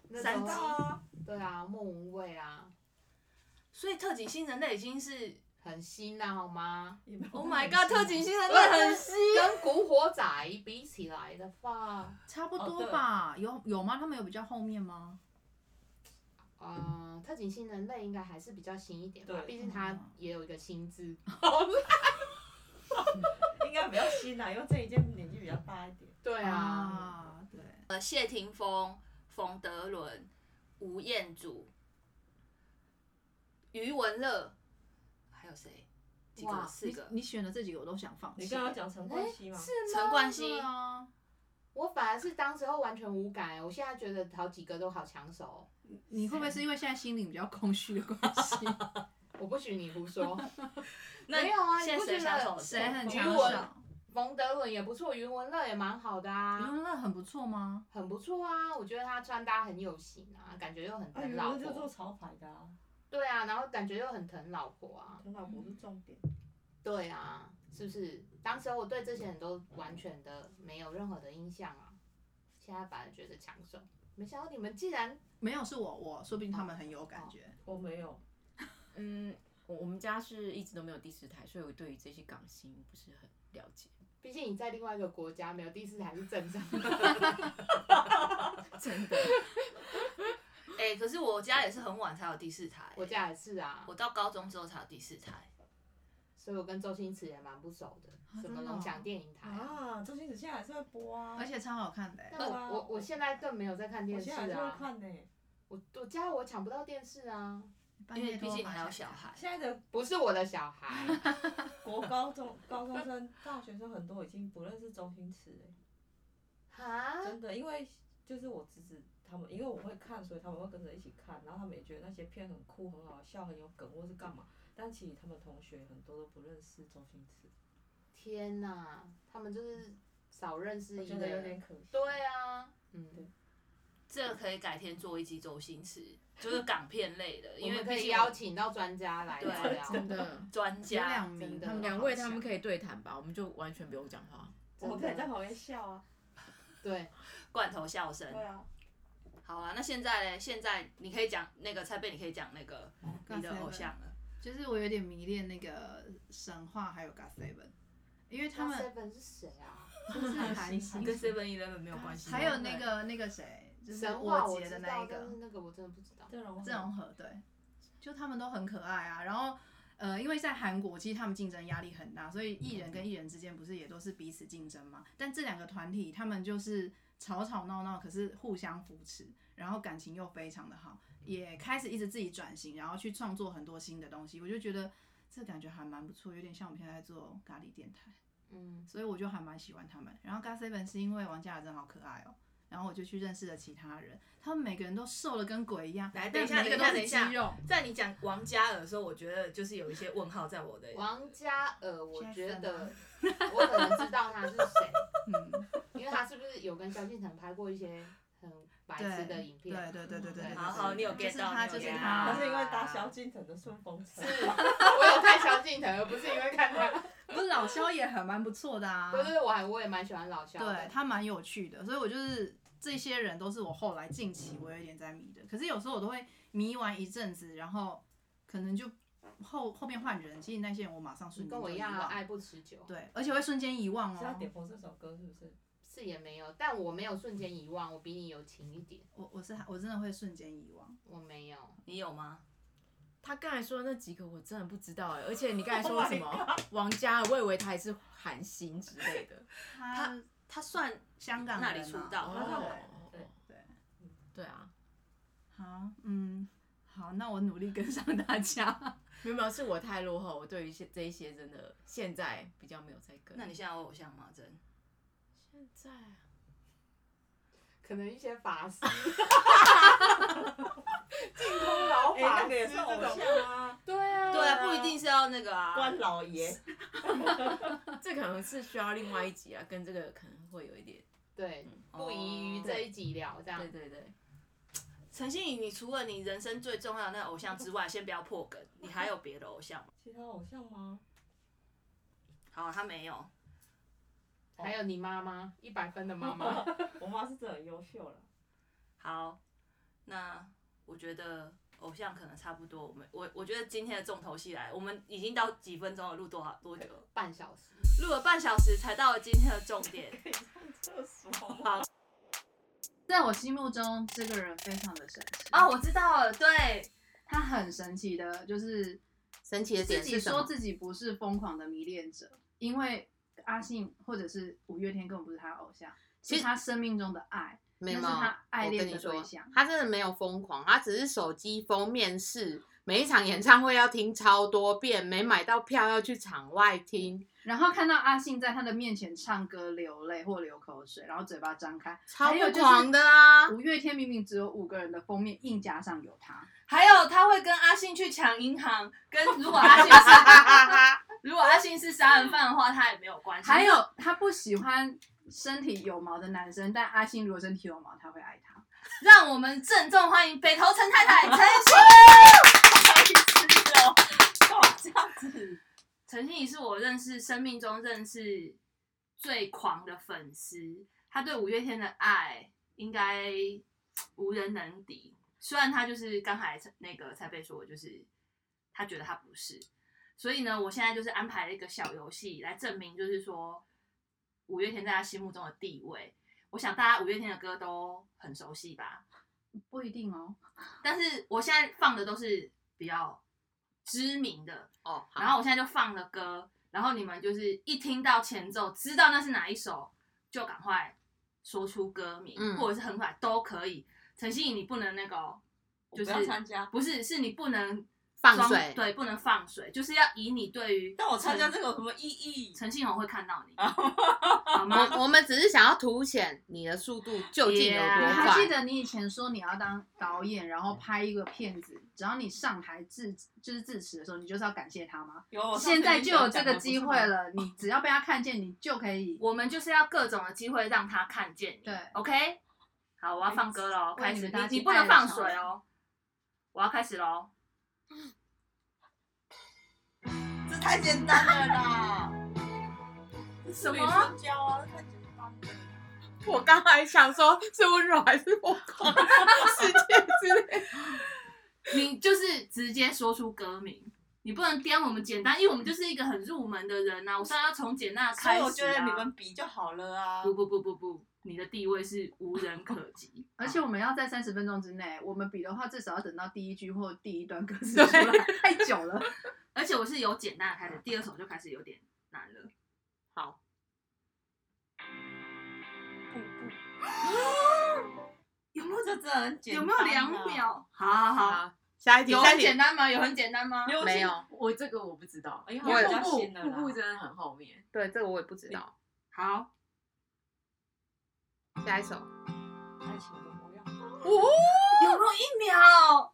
Speaker 3: 那时候
Speaker 1: 三
Speaker 4: 对啊
Speaker 3: 对啊，莫文蔚啊，
Speaker 1: 所以特警新人类已经是
Speaker 3: 很新啊，好吗？
Speaker 4: 也没有
Speaker 1: Oh my God！特警嗯新人类呃很新，
Speaker 3: 跟古惑仔比起来的话，
Speaker 6: 差不
Speaker 4: 哦
Speaker 6: 多
Speaker 4: 对
Speaker 6: 吧？有有吗？他们有比较后面吗？
Speaker 3: 嗯，特警新人类应该还是比较新一点吧，
Speaker 4: 对
Speaker 3: 毕竟他
Speaker 1: 嗯
Speaker 3: 也有一个薪资。
Speaker 4: 应该比较新啊啦，因为这一件年纪比较大一点。
Speaker 3: 对啊，
Speaker 6: 啊，对，
Speaker 1: 呃，谢霆锋、冯德伦、吴彦祖、余文乐，还有谁？几个？
Speaker 3: 哇
Speaker 1: 四个。
Speaker 6: 你选的这几个我都想放
Speaker 4: 你
Speaker 6: 弃
Speaker 4: 刚。刚讲陈冠希嘛，
Speaker 1: 陈冠希
Speaker 6: 对，啊，
Speaker 3: 我反而是当时候完全无感，欸我现在觉得好几个都好抢手哦。
Speaker 6: 你会不会是因为现在心灵比较空虚的关 系？
Speaker 3: 我不许你胡说。
Speaker 1: 那
Speaker 3: 没有啊你
Speaker 1: 现
Speaker 3: 不
Speaker 1: 在谁
Speaker 3: 觉
Speaker 1: 抢
Speaker 3: 得
Speaker 1: 手？
Speaker 6: 谁很
Speaker 3: 余
Speaker 6: 抢
Speaker 3: 文
Speaker 6: 手？
Speaker 3: 冯德伦也不错，余文乐也蛮好的
Speaker 6: 余
Speaker 3: 啊，
Speaker 6: 文乐很不错吗？
Speaker 3: 很不错啊。我觉得他穿搭很有型啊，感觉又很
Speaker 4: 哎，
Speaker 3: 疼
Speaker 4: 有
Speaker 3: 老
Speaker 4: 人就做
Speaker 3: 婆。
Speaker 4: 潮牌的啊，
Speaker 3: 对啊，然后感觉又很疼老婆啊。
Speaker 4: 陈老不是重点。
Speaker 3: 对啊，是不是？当时候我对这些人都完全的没有任何的印象啊，现在反而觉得抢手。没想到你们竟然
Speaker 6: 没有是我，我说不定他们很有感觉。
Speaker 4: 我没有，
Speaker 5: 嗯，我我们家是一直都没有第四台，所以我对于这些港星不是很了解。
Speaker 3: 毕竟你在另外一个国家，没有第四台是正常的。
Speaker 5: 真的，
Speaker 1: 哎、可是我家也是很晚才有第四台、
Speaker 3: 我家也是啊
Speaker 1: 我，到高中之后才有第四台。
Speaker 3: 所以我跟周星驰也蛮不熟的，什么
Speaker 6: 真的哦
Speaker 3: 龙翔电影台啊。
Speaker 4: 啊，周星驰现在还是会播
Speaker 1: 哦
Speaker 4: 啊，
Speaker 6: 而且超好看的欸、
Speaker 3: 但
Speaker 4: 对
Speaker 3: 我
Speaker 4: 啊
Speaker 3: 我我现在更没有在看
Speaker 4: 我
Speaker 3: 电视
Speaker 4: 现在还是会
Speaker 3: 啊，
Speaker 4: 看呢、
Speaker 3: 我我家我抢不到电视啊，
Speaker 6: 半
Speaker 1: 因为
Speaker 6: 夜
Speaker 1: 毕
Speaker 6: 多
Speaker 1: 竟你还有
Speaker 6: 晚才
Speaker 1: 小
Speaker 6: 看
Speaker 1: 孩，
Speaker 4: 现在的
Speaker 3: 不是我的小 孩，
Speaker 4: 国高中高中生、大学生很多已经不认识周星驰了、
Speaker 3: 哈，
Speaker 4: 真的，因为就是我侄子他们，因为我会看，所以他们会跟着一起看，然后他们也觉得那些片很酷、很好笑、很有梗或是干嘛，但其实他们同学很多都不认识周星驰，
Speaker 3: 天哪，他们就是少认识
Speaker 4: 我
Speaker 3: 一
Speaker 4: 觉得有
Speaker 3: 个，
Speaker 4: 点可惜。
Speaker 3: 对啊，
Speaker 1: 嗯，这个可以改天做一集周星驰，就是港片类的，
Speaker 3: 我
Speaker 1: 因为
Speaker 3: 们可
Speaker 1: 毕
Speaker 3: 以
Speaker 1: 竟
Speaker 3: 邀请到专家来
Speaker 1: 对
Speaker 3: 聊聊，
Speaker 5: 真的，
Speaker 1: 专
Speaker 6: 有两
Speaker 1: 家。
Speaker 6: 名
Speaker 3: 真的
Speaker 6: 他们
Speaker 5: 两
Speaker 6: 好
Speaker 5: 位他们
Speaker 6: 像
Speaker 5: 可以对谈吧，我们就完全不用讲话。
Speaker 4: 我们可以在旁边笑啊。
Speaker 3: 对，
Speaker 1: 罐头笑声。
Speaker 4: 啊，
Speaker 1: 好啊，那现在嘞？现在你可以讲那个蔡贝，你可以讲那个
Speaker 3: 哦
Speaker 1: 你的
Speaker 6: God
Speaker 1: 偶像了。
Speaker 6: 就是我有点迷恋那个神话还有 g o t Seven，因为他们
Speaker 3: Seven 是谁啊？
Speaker 6: 就是韩星，
Speaker 1: 跟 Seven Eleven 没有关系吗。
Speaker 6: 还有那个那个谁，就是
Speaker 3: 神话
Speaker 6: 我
Speaker 3: 我
Speaker 6: 杰的
Speaker 3: 知
Speaker 6: 那
Speaker 3: 道，
Speaker 6: 一个
Speaker 3: 但是那个我真的不知道。
Speaker 4: 郑容
Speaker 6: 郑容和，对，就他们都很可爱啊。然后呃，因为在韩国其实他们竞争压力很大，所以艺人跟艺人之间不是也都是彼此竞争嘛？但这两个团体他们就是吵吵闹闹，可是互相扶持，然后感情又非常的好，也开始一直自己转型，然后去创作很多新的东西。我就觉得这感觉还蛮不错，有点像我们现在在做咖喱电台。
Speaker 3: 嗯，
Speaker 6: 所以我就还蛮喜欢他们。然后 God Seven 是因为王嘉尔真好可爱哦，然后我就去认识了其他人，他们每个人都瘦的跟鬼一样，
Speaker 1: 来
Speaker 6: 但
Speaker 1: 等一下
Speaker 6: 每个都
Speaker 1: 等一下
Speaker 6: 是肌肉。
Speaker 1: 在你讲王嘉尔的时候，我觉得就是有一些问号在我的。
Speaker 3: 嗯王嘉尔，我
Speaker 6: Jackson
Speaker 3: 觉得
Speaker 6: 啊
Speaker 3: 我可能知道他是谁，
Speaker 6: 嗯，
Speaker 3: 因为他是不是有跟萧敬腾拍过一些很白痴的影
Speaker 6: 对
Speaker 3: 片？
Speaker 6: 对对对对对对。
Speaker 1: 好好，你有
Speaker 6: 就
Speaker 1: get
Speaker 6: 是
Speaker 1: 到，
Speaker 6: 他，
Speaker 1: 你有
Speaker 6: 就是
Speaker 1: get
Speaker 6: 他
Speaker 4: 他。是因为搭萧敬腾的顺风车。
Speaker 3: 我有看萧敬腾，而不是因为看 他。
Speaker 6: 不是老肖也很蛮不错的 啊，
Speaker 3: 对对对，我还我也蛮喜欢老萧
Speaker 6: 对
Speaker 3: 的。
Speaker 6: 他蛮有趣的，所以我就是这些人都是我后来近期我有一点在迷的，可是有时候我都会迷完一阵子，然后可能就后后面换人，其实那些人我马上瞬间
Speaker 3: 跟
Speaker 6: 就
Speaker 3: 我一
Speaker 6: 遗
Speaker 3: 样啊，
Speaker 6: 忘，
Speaker 3: 爱不持久。
Speaker 6: 对，而且会瞬间遗忘哦。
Speaker 4: 是要点播这首歌是不是？
Speaker 3: 是也没有，但我没有瞬间遗忘，我比你有情一点，
Speaker 6: 我我是我真的会瞬间遗忘，
Speaker 3: 我没有。
Speaker 1: 你有吗？
Speaker 5: 他刚才说的那几个我真的不知道哎，而且你刚才说什么王嘉尔，我以为他还是韩星之类的。
Speaker 6: 他
Speaker 1: 他算
Speaker 6: 香港
Speaker 1: 那里
Speaker 6: 人
Speaker 1: 出
Speaker 6: 啊
Speaker 1: 道
Speaker 4: 他在
Speaker 1: 哦，
Speaker 4: 我对
Speaker 6: 对
Speaker 5: 对啊，
Speaker 6: 好，嗯，好，那我努力跟上大家。
Speaker 5: 没有没有，是我太落后，我对于现这一些真的现在比较没有在跟。
Speaker 1: 那你现在有偶像吗？真？
Speaker 5: 现在啊
Speaker 3: 可能一些法 师，净空老
Speaker 4: 哎、
Speaker 3: 法
Speaker 4: 那
Speaker 3: 师
Speaker 4: 个也是
Speaker 3: 这
Speaker 4: 偶
Speaker 3: 种。
Speaker 4: 像啊，
Speaker 3: 对啊，
Speaker 1: 对啊，不一定是要那个啊。
Speaker 4: 关老爷。
Speaker 5: 这可能是需要另外一集啊，跟这个可能会有一点。
Speaker 3: 对，不宜于
Speaker 1: 哦
Speaker 3: 这一集聊这样
Speaker 5: 对。对对，
Speaker 1: 陈信宇，你除了你人生最重要的那个偶像之外，先不要破梗，你还有别的偶像吗？
Speaker 4: 其他偶像吗？
Speaker 1: 好，他没有。
Speaker 3: 还有你妈妈，一百分的妈妈，
Speaker 4: 我妈是真的很优秀 了。
Speaker 1: 好，那我觉得偶像可能差不多。我们我我觉得今天的重头戏来，我们已经到几分钟了，录多少多久了？
Speaker 3: 半小时。
Speaker 1: 录了半小时才到了今天的重 点。
Speaker 4: 厕所。
Speaker 6: 在我心目中，这个人非常的神奇
Speaker 1: 哦，我知道了，对，
Speaker 6: 他很神奇的，就是
Speaker 3: 神奇的
Speaker 6: 自
Speaker 3: 点
Speaker 6: 己
Speaker 3: 是什
Speaker 6: 说
Speaker 3: 么？
Speaker 6: 自己不是疯狂的迷恋者，因为阿信或者是五月天根本不是他的偶像，
Speaker 3: 其
Speaker 6: 是
Speaker 3: 实
Speaker 6: 他生命中的爱。
Speaker 3: 没有，
Speaker 6: 那是他爱
Speaker 3: 我
Speaker 6: 恋
Speaker 3: 跟
Speaker 6: 的
Speaker 3: 你说
Speaker 6: 对象，
Speaker 3: 他真的没有疯狂，他只是手机封面是每一场演唱会要听超多遍，没买到票要去场外 听，
Speaker 6: 然后看到阿信在他的面前唱歌流泪或流口水，然后嘴巴张开，
Speaker 3: 超
Speaker 6: 还有
Speaker 3: 不
Speaker 6: 就是
Speaker 3: 狂的啊！
Speaker 6: 五月天明明只有五个人的封面，硬加上有他。
Speaker 1: 还有他会跟阿信去抢银行，跟如果阿信是如果阿信是杀人犯的话，他也没有关系。
Speaker 6: 还有他不喜欢身体有毛的男生，但阿信如果身体有毛，他会爱他。
Speaker 1: 让我们郑重欢迎北投陈太太陈信宇。这样子，陈信宇是我认识生命中认识最狂的粉丝，他对五月天的爱应该
Speaker 7: 无人能敌。虽然他就是刚才那个蔡贝说，就是他觉得他不是，所以呢，我现在就是安排了一个小游戏来证明，就是说五月天在他心目中的地位。我想大家五月天的歌都很熟悉吧，
Speaker 6: 不一定哦。
Speaker 7: 但是我现在放的都是比较知名的，
Speaker 8: 哦，好
Speaker 7: 然后我现在就放了歌，然后你们就是一听到前奏，知道那是哪一首，就赶快说出歌名，
Speaker 8: 嗯
Speaker 7: 或者是很快都可以。陈信你不能那个哦，
Speaker 4: 我
Speaker 7: 就是
Speaker 4: 不要参加
Speaker 7: 不是，是你不能
Speaker 8: 放
Speaker 7: 装
Speaker 8: 水
Speaker 7: 对，不能放水，就是要以你对于
Speaker 4: 但我参加
Speaker 7: 陈
Speaker 4: 这个有什么意义？
Speaker 7: 陈信宏会看到你，
Speaker 8: 啊
Speaker 7: 好吗？
Speaker 8: 我我们只是想要凸显你的速度究竟有多
Speaker 7: Yeah
Speaker 6: 你
Speaker 8: 快。
Speaker 6: 还记得你以前说你要当导演，然后拍一个片子，只要你上台致就是致辞的时候，你就是要感谢他吗？
Speaker 4: 有，我上次
Speaker 6: 现在就有这
Speaker 4: 跟
Speaker 6: 个
Speaker 4: 你讲
Speaker 6: 机会。了，你只要被他看见，你就可以。
Speaker 7: 我们就是要各种的机会让他看见你。
Speaker 6: 对
Speaker 7: ，OK，好，我要放歌喽，
Speaker 6: 为
Speaker 4: 哎
Speaker 7: 开
Speaker 6: 你
Speaker 7: 始，
Speaker 6: 们
Speaker 7: 你
Speaker 6: 搭起
Speaker 7: 你不能
Speaker 6: 爱的
Speaker 7: 放
Speaker 6: 桥
Speaker 7: 水
Speaker 6: 梁。
Speaker 7: 哦，我要开始喽。
Speaker 4: 这太简单了 啦！
Speaker 7: 什么
Speaker 4: 这是女生教啊，这太简单了。
Speaker 8: 我刚才想说是温柔还是疯狂世界之类。
Speaker 7: 你就是直接说出歌名，你不能颠我们简单，因为我们就是一个很入门的人呐、啊。我当然要从简单的
Speaker 4: 所
Speaker 7: 开
Speaker 4: 以
Speaker 7: 始、啊。
Speaker 4: 我觉得你们比就好了啊。
Speaker 7: 不不不不不，你的地位是无人可及
Speaker 6: 而且我们要在三十分钟之内，我们比的话至少要等到第一句或第一段歌词出来，太久了。
Speaker 7: 而且我是由简单的开始，第二首就开始有点难了。
Speaker 8: 好，
Speaker 7: 有没有
Speaker 4: 这真的很简
Speaker 7: 有
Speaker 4: 单。
Speaker 7: 没有两？秒？啊好好好，
Speaker 8: 好，下一题，
Speaker 7: 有
Speaker 8: 下
Speaker 7: 很
Speaker 8: 一题
Speaker 7: 简。单吗？有很简单吗？
Speaker 8: 没有，
Speaker 5: 我这个我不知道，
Speaker 4: 哎呦
Speaker 5: 因为
Speaker 8: 我也
Speaker 5: 瀑
Speaker 4: 比较
Speaker 5: 布
Speaker 4: 新了啦
Speaker 5: 瀑布真的很后面。
Speaker 8: 对这个我也不知道。
Speaker 7: 好，
Speaker 8: 下一首，
Speaker 4: 爱情的模样。
Speaker 7: 有没有一秒？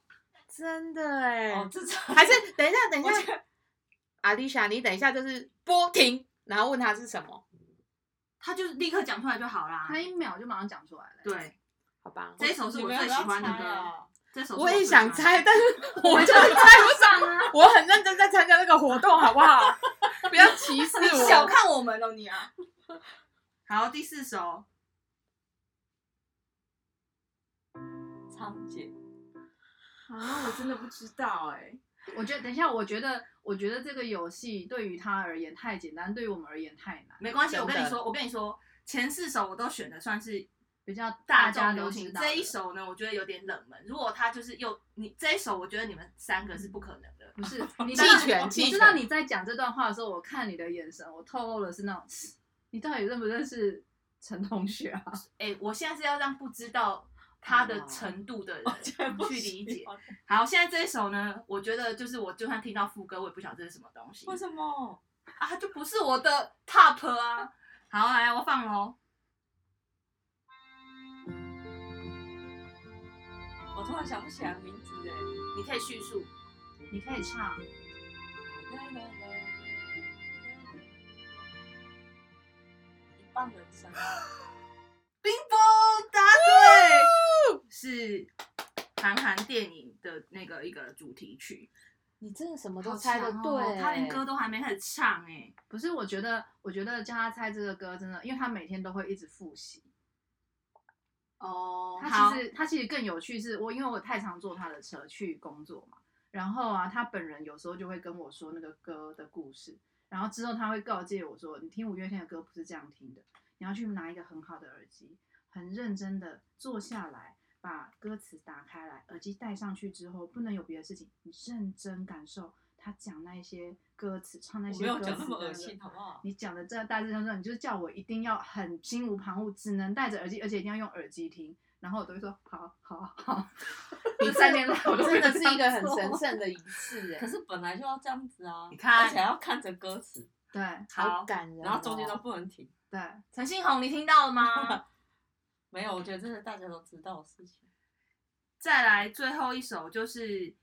Speaker 8: 真的哎
Speaker 4: 哦，这真
Speaker 8: 还是等一下，等一
Speaker 4: 我觉
Speaker 8: 下，阿丽莎，你等一下就是播停，然后问他是什么，
Speaker 7: 他就是立刻讲出来就好啦。
Speaker 6: 他一秒就马上讲出来了。，
Speaker 7: 对，
Speaker 8: 好吧？
Speaker 7: 这首哎是我最喜欢的歌。这首是
Speaker 8: 我也
Speaker 7: 最喜
Speaker 8: 想
Speaker 7: 欢的
Speaker 8: 猜，但是我
Speaker 6: 我
Speaker 8: 就
Speaker 6: 就是是
Speaker 8: 猜不上啊！我很认真在参加那个活动，好不好？不要歧视
Speaker 7: 你小
Speaker 8: 我。
Speaker 7: 看我们了你啊！ 好，第四首，
Speaker 4: 仓颉。
Speaker 5: 啊，我真的不知道哎。
Speaker 6: 我觉得等一下，我觉得我觉得这个游戏对于他而言太简单，对于我们而言太难，
Speaker 7: 没关系，
Speaker 8: 真
Speaker 7: 我
Speaker 8: 的
Speaker 7: 跟你说，我跟你说，前四首我都选的算是
Speaker 6: 比较
Speaker 7: 大
Speaker 6: 家
Speaker 7: 众
Speaker 6: 都
Speaker 7: 流
Speaker 6: 知
Speaker 7: 行，
Speaker 6: 道
Speaker 7: 这一
Speaker 6: 的
Speaker 7: 首呢，我觉得有点冷门。如果他就是又你这一首，我觉得你们三个是不可能的。
Speaker 6: 不 是，你
Speaker 8: 弃
Speaker 6: 知道
Speaker 8: 权
Speaker 6: 你
Speaker 8: 弃
Speaker 6: 知道
Speaker 8: 权
Speaker 6: 你在讲这段话的时候，我看你的眼神，我透露的是那种，你到底认不认识陈同学啊？
Speaker 7: 哎、我现在是要让不知道他的程度的人去理解。好，现在这一首呢，我觉得就是我就算听到副歌，我也不晓得这是什么东西
Speaker 4: 为什么？
Speaker 7: 啊，它就不是我的 top 啊。好，来我放喽。
Speaker 4: 我突然想不起来名字哎。
Speaker 8: 欸
Speaker 7: 你可以叙述。
Speaker 6: 你可以唱，
Speaker 4: 一半人生，
Speaker 7: 冰崩答对，是韩寒电影的那个一个主题曲。
Speaker 8: 你真的什么
Speaker 6: 都猜得对
Speaker 7: 哦他连歌都还没开始唱哎、
Speaker 6: 不是？我觉得，我觉得叫他猜这个歌真的，因为他每天都会一直复习。
Speaker 7: 哦
Speaker 6: 他
Speaker 7: 好
Speaker 6: 其，实他其实更有趣是，我因为我太常坐他的车去工作嘛，然后啊，他本人有时候就会跟我说那个歌的故事，然后之后他会告诫我说，你听五月天的歌不是这样听的，你要去拿一个很好的耳机，很认真的坐下来，把歌词打开来，耳机戴上去之后，不能有别的事情，你认真感受他讲那一些歌词，唱那
Speaker 4: 我
Speaker 6: 些
Speaker 4: 没有
Speaker 6: 歌
Speaker 4: 讲那
Speaker 6: 词
Speaker 4: 么
Speaker 6: 的
Speaker 4: 恶心，哦好不好？
Speaker 6: 你讲的这大致上说，你就是叫我一定要很心无旁骛，只能戴着耳机，而且一定要用耳机听。然后我都会说好好好。
Speaker 8: 你
Speaker 6: 这三年来我都
Speaker 8: 真的
Speaker 6: 没
Speaker 8: 是
Speaker 6: 有
Speaker 8: 一个很
Speaker 6: 这样做
Speaker 8: 神圣的仪式
Speaker 4: 可
Speaker 8: 哎，
Speaker 4: 是本来就要这样子啊，
Speaker 7: 你看
Speaker 4: 而且还要看着歌词，
Speaker 6: 对
Speaker 8: 好
Speaker 7: 好，
Speaker 8: 感人哦。
Speaker 4: 然后中间都不能停。
Speaker 6: 对，
Speaker 7: 陈信宏，你听到了 吗？
Speaker 4: 没有，我觉得这是大家都知道的事情。
Speaker 7: 再来最后一首就是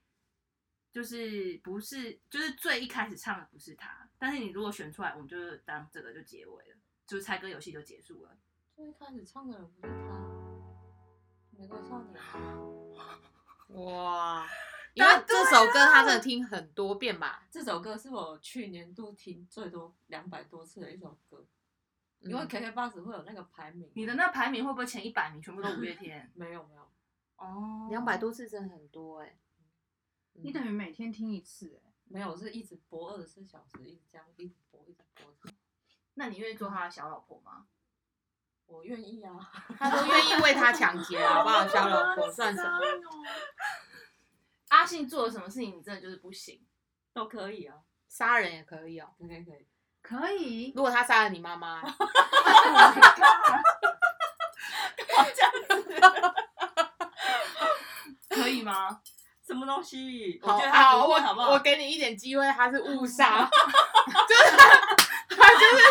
Speaker 7: 就是不是就是最一开始唱的不是他，但是你如果选出来，我们就是当这个就结尾了，就是猜歌游戏就结束了。
Speaker 4: 最开始唱的人不是他，玫瑰少年。
Speaker 8: 哇，因为这首歌他真的听很多遍吧？
Speaker 4: 这首歌是我去年度听最多两百多次的一首歌，因为
Speaker 8: 嗯
Speaker 4: KK b o x 会有那个排名。？
Speaker 7: 你的那排名会不会前一百名全部都五月天
Speaker 4: 没有没有，
Speaker 6: 哦，
Speaker 3: 两百，多次真的很多哎、
Speaker 6: 你等于每天听一次哎，
Speaker 8: 没有，是一直播二十四小时，一直这样，一直播，一直播。
Speaker 1: 那你愿意做他的小老婆吗？
Speaker 8: 我愿意啊，
Speaker 3: 他都愿意为他抢劫，好 不好？小老婆算什么？
Speaker 1: 阿信做了什么事情，你真的就是不行？
Speaker 8: 都可以啊。
Speaker 3: 杀人也可以哦，可以可以。
Speaker 6: 可以，
Speaker 3: 如果他杀了你妈妈，
Speaker 1: 可以吗？
Speaker 8: 什么东西？
Speaker 3: 好
Speaker 8: 我觉得他
Speaker 3: 好
Speaker 8: 不
Speaker 3: 我
Speaker 8: 会，好不
Speaker 3: 我
Speaker 8: 好？
Speaker 3: 给你一点机会，他是误 杀，就是他他就是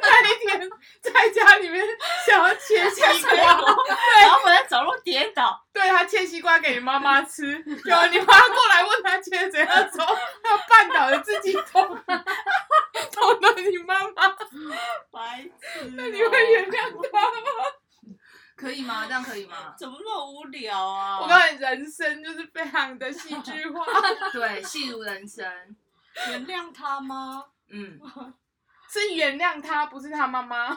Speaker 3: 那一天在家里面想要切西瓜，
Speaker 8: 然后我在走路跌倒，
Speaker 3: 对他切西瓜给你妈妈吃，结果你妈妈过来问他切怎样的时候，他绊倒了自己捅，捅到你妈妈，
Speaker 8: 白痴哦！
Speaker 3: 那你会原谅他吗？
Speaker 1: 可以吗？这样可以 吗？
Speaker 8: 怎么那么无聊啊？
Speaker 3: 我告诉你，人生就是非常的戏剧化。
Speaker 1: 对，戏如人生。
Speaker 8: 原谅他吗？
Speaker 1: 嗯，
Speaker 3: 是原谅他，不是他妈妈。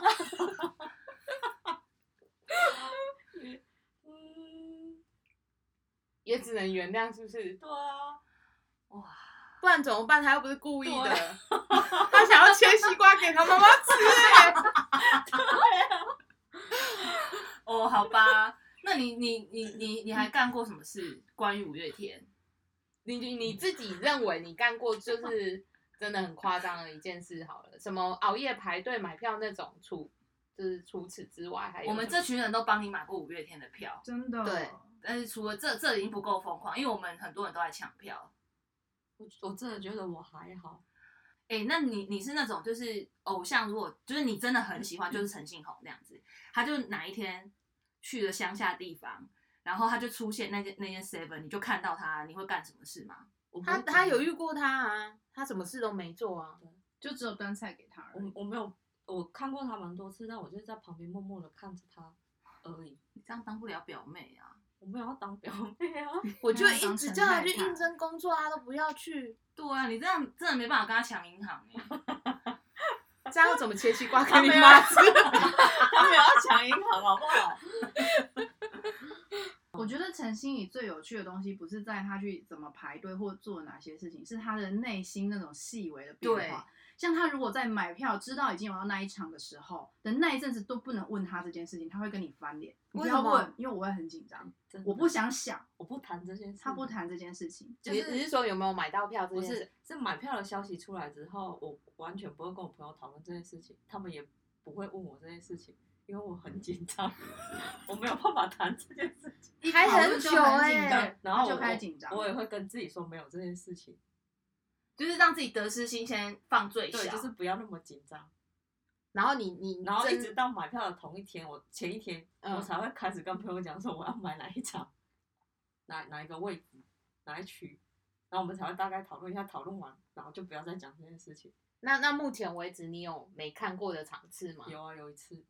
Speaker 8: 嗯，
Speaker 3: 也只能原谅，是不是？
Speaker 8: 对啊，
Speaker 3: 不然怎么办？他又不是故意的， 他想要切西瓜给他妈妈吃、欸。
Speaker 1: 哦，好吧。 那你你你你你还干过什么事？关于五月天？
Speaker 3: 你你你自己认为你干过 就是真的很夸张的一件事，好了，什么熬夜排队买票那种，除就是除此之外，还有
Speaker 1: 我们这群人都帮你买过五月天的票，
Speaker 6: 真的，哦
Speaker 3: 对
Speaker 1: 但是除了这，这已经不够疯狂，因为我们很多人都在抢票。
Speaker 8: 我我真的觉得我还好。
Speaker 1: 哎、那你你是那种就是偶像，如果就是你真的很喜欢，就是陈信宏那样子，他就哪一天去了乡下地方，然后他就出现那间那间 seven，你就看到他，你会干什么事吗？
Speaker 8: 我不会
Speaker 3: 他
Speaker 8: 管
Speaker 3: 他有遇过他啊，他什么事都没做啊。
Speaker 6: 就只有端菜给他而
Speaker 4: 嗯
Speaker 6: 已
Speaker 8: 我我没有，我看过他蛮多次，但我就是在旁边默默的看着他而已。
Speaker 1: 你这样当不了表妹啊！
Speaker 8: 我没有要当表妹啊，
Speaker 3: 我就
Speaker 6: 他
Speaker 3: 一
Speaker 6: 当
Speaker 3: 直
Speaker 6: 成
Speaker 3: 叫他
Speaker 6: 害
Speaker 3: 去
Speaker 6: 怕
Speaker 3: 应征工作，他都不要去，
Speaker 1: 对啊，你这样真的没办法跟他抢银行哎、
Speaker 3: 这样要怎么切西瓜给你 妈吃？
Speaker 8: 他没有要抢银行好不好？
Speaker 6: 我觉得陈心怡最有趣的东西，不是在她去怎么排队或做哪些事情，是她的内心那种细微的变化。像她如果在买票知道已经有要那一场的时候，等那一阵子都不能问她这件事情，她会跟你翻脸。你不
Speaker 3: 为
Speaker 6: 要
Speaker 3: 什么
Speaker 6: 问，因为我会很紧张，
Speaker 8: 真的
Speaker 6: 我不，想想，
Speaker 8: 我不谈这些事。
Speaker 6: 她
Speaker 5: 嗯
Speaker 6: 不，谈这件事情。
Speaker 3: 你你是说有没有买到票这
Speaker 8: 不
Speaker 3: 件事？
Speaker 8: 是是买票的消息出来之后，我完全不会跟我朋友讨论这件事情，他们也不会问我这件事情，因为我很紧张， 我没有办法谈这件事情。
Speaker 6: 一
Speaker 3: 还
Speaker 6: 讨论
Speaker 3: 很
Speaker 6: 就
Speaker 3: 久
Speaker 6: 很
Speaker 3: 欸
Speaker 6: 紧张，
Speaker 8: 然后
Speaker 6: 她
Speaker 8: 我
Speaker 6: 就开始紧张。
Speaker 8: 我也会跟自己说没有这件事情，
Speaker 1: 就是让自己得失心先放最小。
Speaker 8: 对，就是不要那么紧张。
Speaker 3: 然后你你
Speaker 8: 然后一
Speaker 3: 真
Speaker 8: 直到买票的同一天，我前一天、
Speaker 3: 嗯
Speaker 8: 我才会开始跟朋友讲说我要买哪一场，哪哪一个位置，哪一区，然后我们才会大概讨论一下，讨论完然后就不要再讲这件事情。
Speaker 3: 那那目前为止，你有没看过的场次吗？
Speaker 8: 有啊，有一次，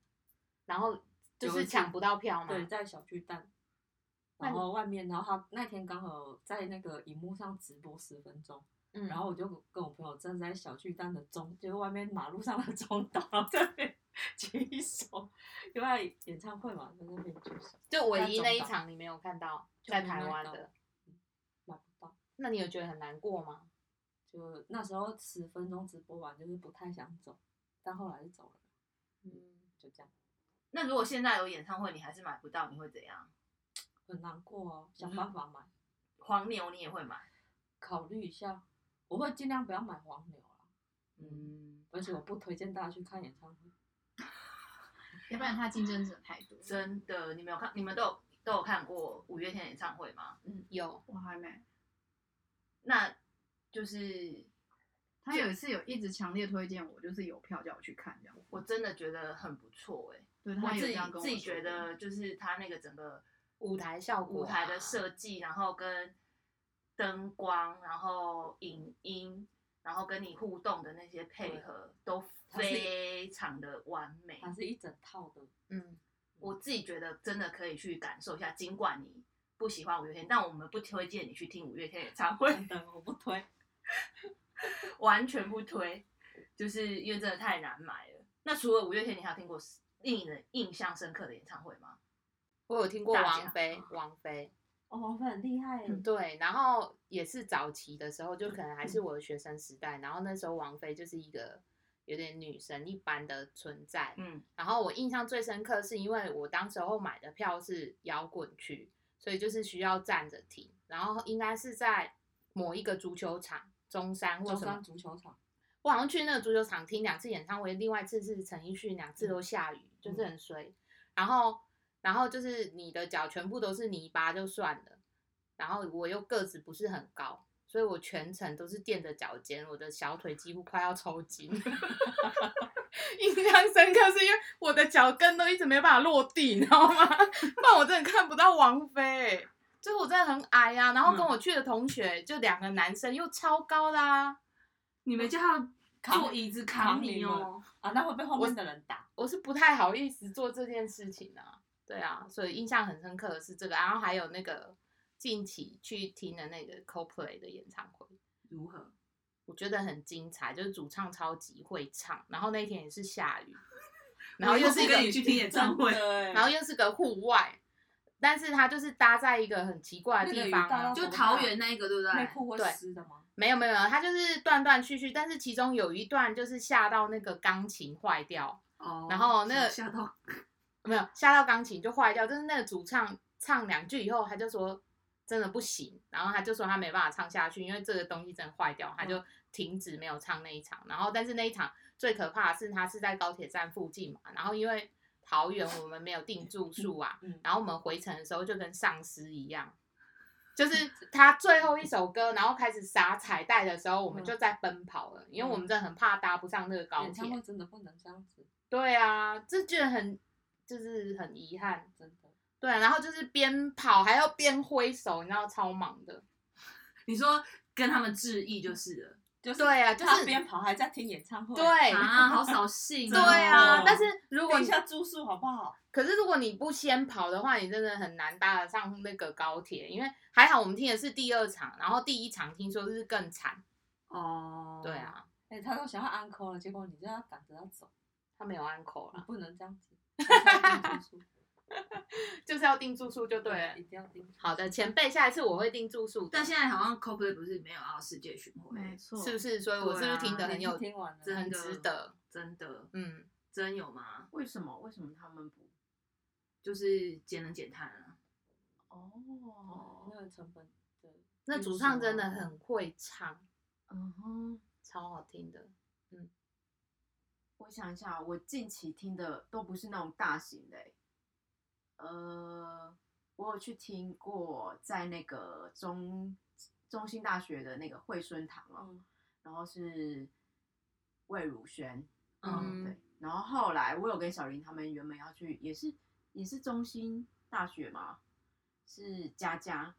Speaker 3: 然后就
Speaker 8: 有一
Speaker 3: 是
Speaker 8: 次
Speaker 3: 抢不到票
Speaker 8: 对，
Speaker 3: 嘛。
Speaker 8: 在小巨蛋，
Speaker 3: 那
Speaker 8: 然
Speaker 3: 你
Speaker 8: 后外面，然后他那天刚好在那个荧幕上直播十分钟，
Speaker 3: 嗯，
Speaker 8: 然后我就跟我朋友站在小巨蛋的中，就是外面马路上的中岛，然后在那边举一手，因为演唱会嘛，在那边举手，
Speaker 3: 就唯一
Speaker 8: 在
Speaker 3: 那一
Speaker 8: 中岛
Speaker 3: 场你没有看到，
Speaker 8: 就
Speaker 3: 在
Speaker 8: 没
Speaker 3: 台
Speaker 8: 买
Speaker 3: 湾
Speaker 8: 到
Speaker 3: 的，
Speaker 8: 买不到。
Speaker 3: 那你有觉得很难过吗？
Speaker 8: 就那时候十分钟直播完，就是不太想走，但后来就走了，
Speaker 3: 嗯，
Speaker 8: 就这样，
Speaker 1: 那如果现在有演唱会，你还是买不到，你会怎样？
Speaker 8: 很难过哦，想办法买，
Speaker 1: 黄牛你也会买？
Speaker 8: 考虑一下，我会尽量不要买黄牛啦，
Speaker 1: 嗯，
Speaker 8: 而且我不推荐大家去看演唱会，
Speaker 6: 要不然她竞争者太多。
Speaker 1: 真的，你没有看，你们都有都有看过五月天演唱会吗？
Speaker 3: 有，
Speaker 6: 我还没。
Speaker 1: 那就是
Speaker 6: 她有一次有一直强烈推荐我，就是有票叫我去看这样。
Speaker 1: 我真的觉得很不错哎、
Speaker 6: 对，
Speaker 1: 我
Speaker 6: 她有这
Speaker 1: 自己
Speaker 6: 样跟我
Speaker 1: 自己
Speaker 6: 说
Speaker 1: 觉
Speaker 6: 过
Speaker 1: 得就是他那个整个
Speaker 3: 舞台效果啊、
Speaker 1: 舞台的设计，然后跟灯光，然后影音，然后跟你互动的那些配合都
Speaker 8: 它是
Speaker 1: 非常的完美。
Speaker 8: 它是一整套的，
Speaker 3: 嗯，
Speaker 1: 我自己觉得真的可以去感受一下，尽管你不喜欢五月天，但我们不推荐你去听五月天演唱会，
Speaker 8: 真的我不推，
Speaker 1: 完全不推，就是因为真的太难买了。那除了五月天，你还有听过令人印象深刻的演唱会吗？
Speaker 3: 我有听过
Speaker 7: 大
Speaker 3: 王
Speaker 7: 家
Speaker 3: 菲，王菲，
Speaker 7: 哦，王菲很厉害耶，
Speaker 8: 嗯
Speaker 3: 对，然后也是早期的时候，就可能还是
Speaker 8: 嗯
Speaker 3: 我的学生时代，然后那时候王菲就是一个有点女神一般的存在，
Speaker 5: 嗯，
Speaker 3: 然后我印象最深刻是因为我当时候买的票是摇滚区，所以就是需要站着听，然后应该是在某一个足球场，中山或
Speaker 8: 中
Speaker 3: 什么
Speaker 8: 山，足球场，
Speaker 3: 我好像去那个足球场听两次演唱会，另外一次是陈奕迅，两次都下雨，就是很衰。然后，然后就是你的脚全部都是泥巴就算了，然后我又个子不是很高，所以我全程都是垫着脚尖，我的小腿几乎快要抽筋。
Speaker 9: 印象深刻是因为我的脚跟都一直没办法落地，你知道 吗？不然我真的看不到王菲、
Speaker 3: 就是我真的很矮啊，然
Speaker 7: 嗯
Speaker 3: 后
Speaker 1: 嗯
Speaker 3: 跟我去的同学、就两个男生又超高啊啦、
Speaker 7: 你们叫他
Speaker 1: 坐椅子扛
Speaker 4: 扛
Speaker 1: 你
Speaker 4: 你
Speaker 1: 哦
Speaker 4: 吗。啊，那会被后面的人打。
Speaker 3: 我是不太好意思做这件事情啊。对啊，所以印象很深刻的是这个，然后还有那个近期去听的那个 CoPlay 的演唱会，
Speaker 1: 如何？
Speaker 3: 我觉得很精彩，就是主唱超级会唱，然后那天也是下 雨，然后又是一个
Speaker 1: 跟你去听演唱会，
Speaker 4: 对
Speaker 3: 然后又是个户外，但是它就是搭在一个很奇怪的
Speaker 4: 那个
Speaker 3: 地
Speaker 4: 雨
Speaker 3: 方
Speaker 4: 大
Speaker 3: 啊，
Speaker 4: 到
Speaker 1: 就桃园那一个，对不
Speaker 4: 内
Speaker 1: 对？
Speaker 4: 裤会
Speaker 3: 对
Speaker 4: 湿的吗？
Speaker 3: 没有没有，没有它就是断断续续，但是其中有一段就是下到那个钢琴坏掉，
Speaker 7: 哦
Speaker 3: 然后那个
Speaker 7: 吓到
Speaker 3: 没有下到钢琴就坏掉，就是那个主唱唱两句以后，他就说真的不行，然后他就说他没办法唱下去，因为这个东西真的坏掉，他
Speaker 4: 嗯
Speaker 3: 就停止没有唱那一场。然后但是那一场最可怕的是他是在高铁站附近嘛，然后因为桃园我们没有订住宿啊，
Speaker 4: 嗯
Speaker 3: 然后我们回程的时候就跟丧尸一样。就是
Speaker 4: 嗯
Speaker 3: 他最后一首歌，然后开始撒彩带的时候，我
Speaker 4: 嗯
Speaker 3: 们就在奔跑了，因为我们真的很怕搭不上那个高
Speaker 4: 演
Speaker 3: 铁
Speaker 4: 唱。会真的不能这样子，
Speaker 3: 对啊，这觉得很就是很遗憾。
Speaker 4: 真的。
Speaker 3: 对，啊然后就是边跑还要边挥手，你知道超忙的。
Speaker 1: 你说跟他们致意就是了。
Speaker 4: 就是
Speaker 3: 对啊就是
Speaker 4: 他边跑还在听演唱会。
Speaker 3: 对，
Speaker 1: 啊，好扫兴
Speaker 3: 对
Speaker 1: 哦。
Speaker 3: 啊
Speaker 4: 哦，
Speaker 3: 但是如果
Speaker 4: 等一
Speaker 3: 你
Speaker 4: 下住宿好不好？
Speaker 3: 可是如果你不先跑的话，你真的很难搭得上那个高铁，因为还好我们听的是第二场，然后第一场听说是更惨。
Speaker 7: 哦，
Speaker 3: 对，啊，
Speaker 4: 哎，他都想要 uncle 了，结果你这样赶着要走，
Speaker 3: 他没有安口
Speaker 4: 你
Speaker 3: 啦，
Speaker 4: 不能这样子。还是要订住宿
Speaker 3: 就是要订住宿就对了
Speaker 4: 一。定要订。
Speaker 3: 好的，前辈，下一次我会订住宿的，
Speaker 1: 但现在好像 CoPlay 不是没有要世界巡回，
Speaker 6: 没错，
Speaker 3: 是不是？所以我是不是听得
Speaker 4: 那
Speaker 3: 很
Speaker 4: 你
Speaker 3: 有
Speaker 4: 是，听完了，
Speaker 1: 真
Speaker 3: 很
Speaker 1: 的
Speaker 3: 值得？
Speaker 1: 真的，
Speaker 3: 嗯，
Speaker 1: 真有吗？
Speaker 5: 为什么？为什么他们不？
Speaker 1: 就是节能减碳啊。
Speaker 4: 哦那个成本，对，
Speaker 3: 那主唱真的很会唱，
Speaker 5: 嗯哼，
Speaker 3: 超好听的。
Speaker 5: 我想一下，啊我近期听的都不是那种大型的、欸，呃，我有去听过在那个中中兴大学的那个惠孙堂哦，
Speaker 4: 嗯
Speaker 5: 然后是魏如萱，
Speaker 3: 嗯
Speaker 5: 对，然后后来我有跟小林他们原本要去，也是也是中兴大学嘛，是佳佳，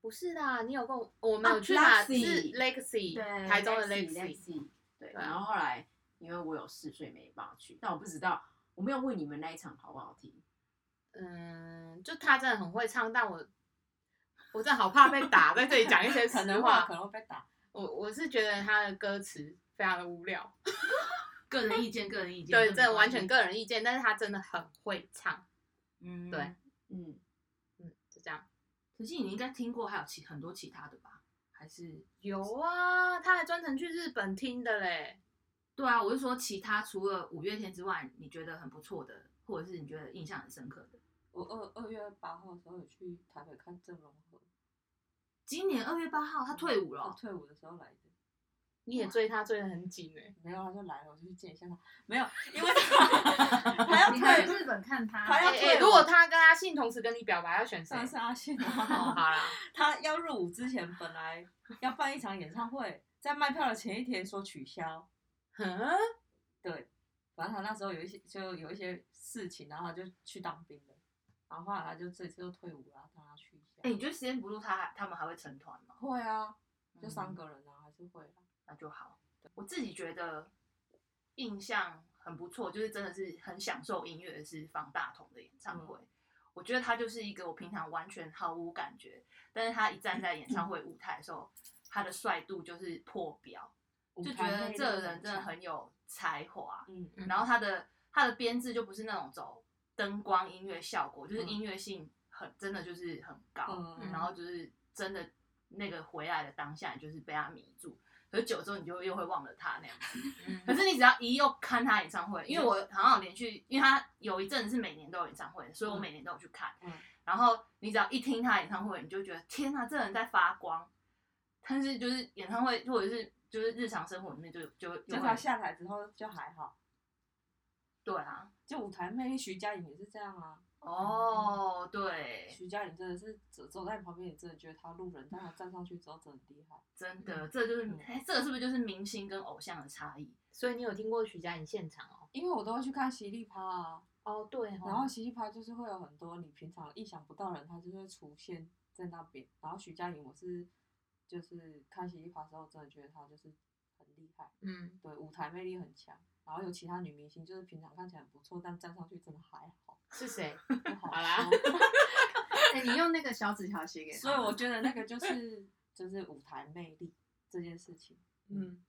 Speaker 3: 不是啦，你有跟我，我们
Speaker 5: 啊
Speaker 3: 有去啦，是
Speaker 5: Lexi
Speaker 3: Legacy，台中的 Lexi，
Speaker 5: Lexi，
Speaker 3: 对
Speaker 5: 对，
Speaker 3: 啊
Speaker 5: 然后后来因为我有事，所以没办法去，但我不知道，我没有问你们那一场好不好听。
Speaker 3: 嗯，就他真的很会唱，但我我真的好怕被打，在这里讲一些
Speaker 4: 可
Speaker 3: 实
Speaker 4: 能话
Speaker 3: 话
Speaker 4: 可，能会被打。
Speaker 3: 我我是觉得他的歌词非常的无聊，
Speaker 1: 个人意见，个人意见。
Speaker 3: 对，
Speaker 1: 没
Speaker 3: 这
Speaker 1: 关
Speaker 3: 完
Speaker 1: 系
Speaker 3: 全。个人意见，但是他真的很会唱，
Speaker 1: 嗯，
Speaker 3: 对。
Speaker 5: 嗯，
Speaker 3: 嗯，就这样。
Speaker 1: 可是你应该听过还有其很多其他的吧？还是
Speaker 3: 有啊，他还专程去日本听的嘞，
Speaker 1: 对啊，我是说其他除了五月天之外，你觉得很不错的，或者是你觉得印象很深刻的？
Speaker 4: 我二二月八号的时候有去台北看郑容和，
Speaker 1: 今年二月八号他退伍了
Speaker 4: 他
Speaker 1: 哦，
Speaker 4: 退伍的时候来的。
Speaker 3: 你也追他追得很紧哎、
Speaker 4: 没有，他就来了，我就去见一下他。没有， 因为他他要
Speaker 6: 你还
Speaker 4: 退，
Speaker 6: 去日本看他，
Speaker 4: 他要
Speaker 3: 哎、哎
Speaker 4: 退伍，
Speaker 3: 如果他跟阿信同时跟你表白，要选谁？
Speaker 4: 上是 阿信
Speaker 3: 哦，好
Speaker 4: 啊，
Speaker 3: 啦，
Speaker 4: 他要入伍之前本来要办一场演唱会，在卖票的前一天说取消。
Speaker 3: 嗯，
Speaker 4: 对，反正他那时候有一些就有一些事情，然后他就去当兵了，然后后来他就这次就退伍了，让他去一下。
Speaker 1: 哎、你觉得时间不录他还他们还会成团吗？
Speaker 4: 会啊，就三
Speaker 1: 嗯
Speaker 4: 个人啊，还是会啊。
Speaker 1: 那就好。我自己觉得印象很不错，就是真的是很享受音乐的是方大同的演
Speaker 4: 嗯
Speaker 1: 唱会。我觉得他就是一个我平常完全毫无感觉，但是他一站在演唱会舞台的时候，他的帅度就是破表，就觉得这个人真的很有才华。
Speaker 4: 嗯，
Speaker 3: 嗯
Speaker 1: 然后他的他的编制就不是那种走
Speaker 7: 灯光、音乐效果，就是音乐性很真的就是很高，
Speaker 4: 嗯
Speaker 7: 然后就是真的那个回来的当下，你就是被他迷住。可是久之后，你就又会忘了他那样子。可是你只要一又看他演唱会，因为我好像有连续，因为他有一阵子是每年都有演唱会，所以我每年都有去看。然后你只要一听他演唱会，你就觉得天呐，这人在发光。但是就是演唱会或者是就是日常生活里面就就
Speaker 8: 就
Speaker 7: 就会
Speaker 8: 他下台之后就还好，
Speaker 7: 对啊，
Speaker 8: 就舞台魅力，徐佳莹也是这样啊。
Speaker 7: 哦对，
Speaker 8: 徐佳莹真的是走走在你旁边，你真的觉得她路人，但她站上去之后真的很厉害。
Speaker 7: 真的，这就是哎，这个是不是就是明星跟偶像的差异？
Speaker 10: 所以你有听过徐佳莹现场哦？
Speaker 8: 因为我都会去看犀利趴啊，
Speaker 10: 哦，对
Speaker 8: 然
Speaker 3: 嗯
Speaker 8: 后犀利趴就是会有很多你平常意想不到的人，他就是会出现在那边。然后徐佳莹，我是就是看犀利趴的时候，真的觉得她就是很厉害，
Speaker 10: 嗯，
Speaker 8: 对，舞台魅力很强。然后有其他女明星，就是平常看起来很不错，但站上去真的还好，
Speaker 10: 是谁？
Speaker 8: 不好
Speaker 10: 好啦
Speaker 8: 说。
Speaker 5: 哎、你用那个小纸条写给他，
Speaker 8: 所以我觉得那个就是就是舞台魅力这件事情。
Speaker 10: 嗯，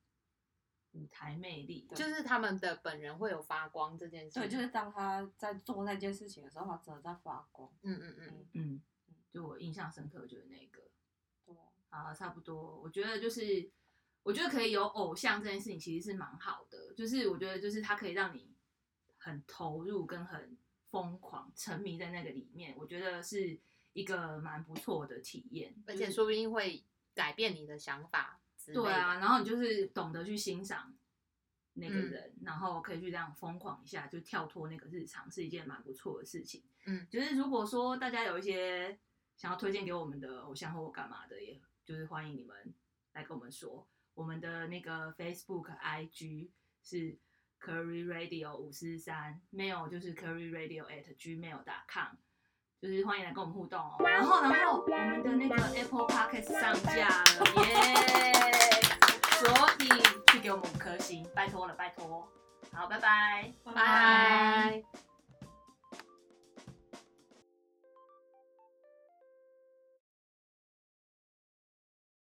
Speaker 7: 舞台魅力，
Speaker 8: 对
Speaker 10: 就是他们的本人会有发光这件事。
Speaker 8: 对，就是当他在做那件事情的时候，他真的在发光。
Speaker 10: 嗯嗯嗯，
Speaker 7: 嗯，就我印象深刻就是那个
Speaker 8: 对啊，
Speaker 7: 啊，差不多。我觉得就是，我觉得可以有偶像这件事情其实是蛮好的，就是我觉得就是它可以让你很投入跟很疯狂沉迷在那个里面，我觉得是一个蛮不错的体验，
Speaker 10: 而
Speaker 7: 就
Speaker 10: 且
Speaker 7: 是
Speaker 10: 说不定会改变你的想法之类的。
Speaker 7: 对啊，然后你就是懂得去欣赏那个
Speaker 10: 嗯
Speaker 7: 人，然后可以去这样疯狂一下，就跳脱那个日常，是一件蛮不错的事情。
Speaker 10: 嗯，
Speaker 7: 就是如果说大家有一些想要推荐给我们的偶像或干嘛的，也就是欢迎你们来跟我们说。我们的那个 Facebook、IG 是 Curry Radio 五四三，mail 就是 Curry Radio at gmail.com。就是欢迎来跟我们互动哦，然后，然后我们的那个 Apple Podcast 上架 了耶所以去给我们五颗星，拜托了，拜托，好，拜拜。
Speaker 10: 拜。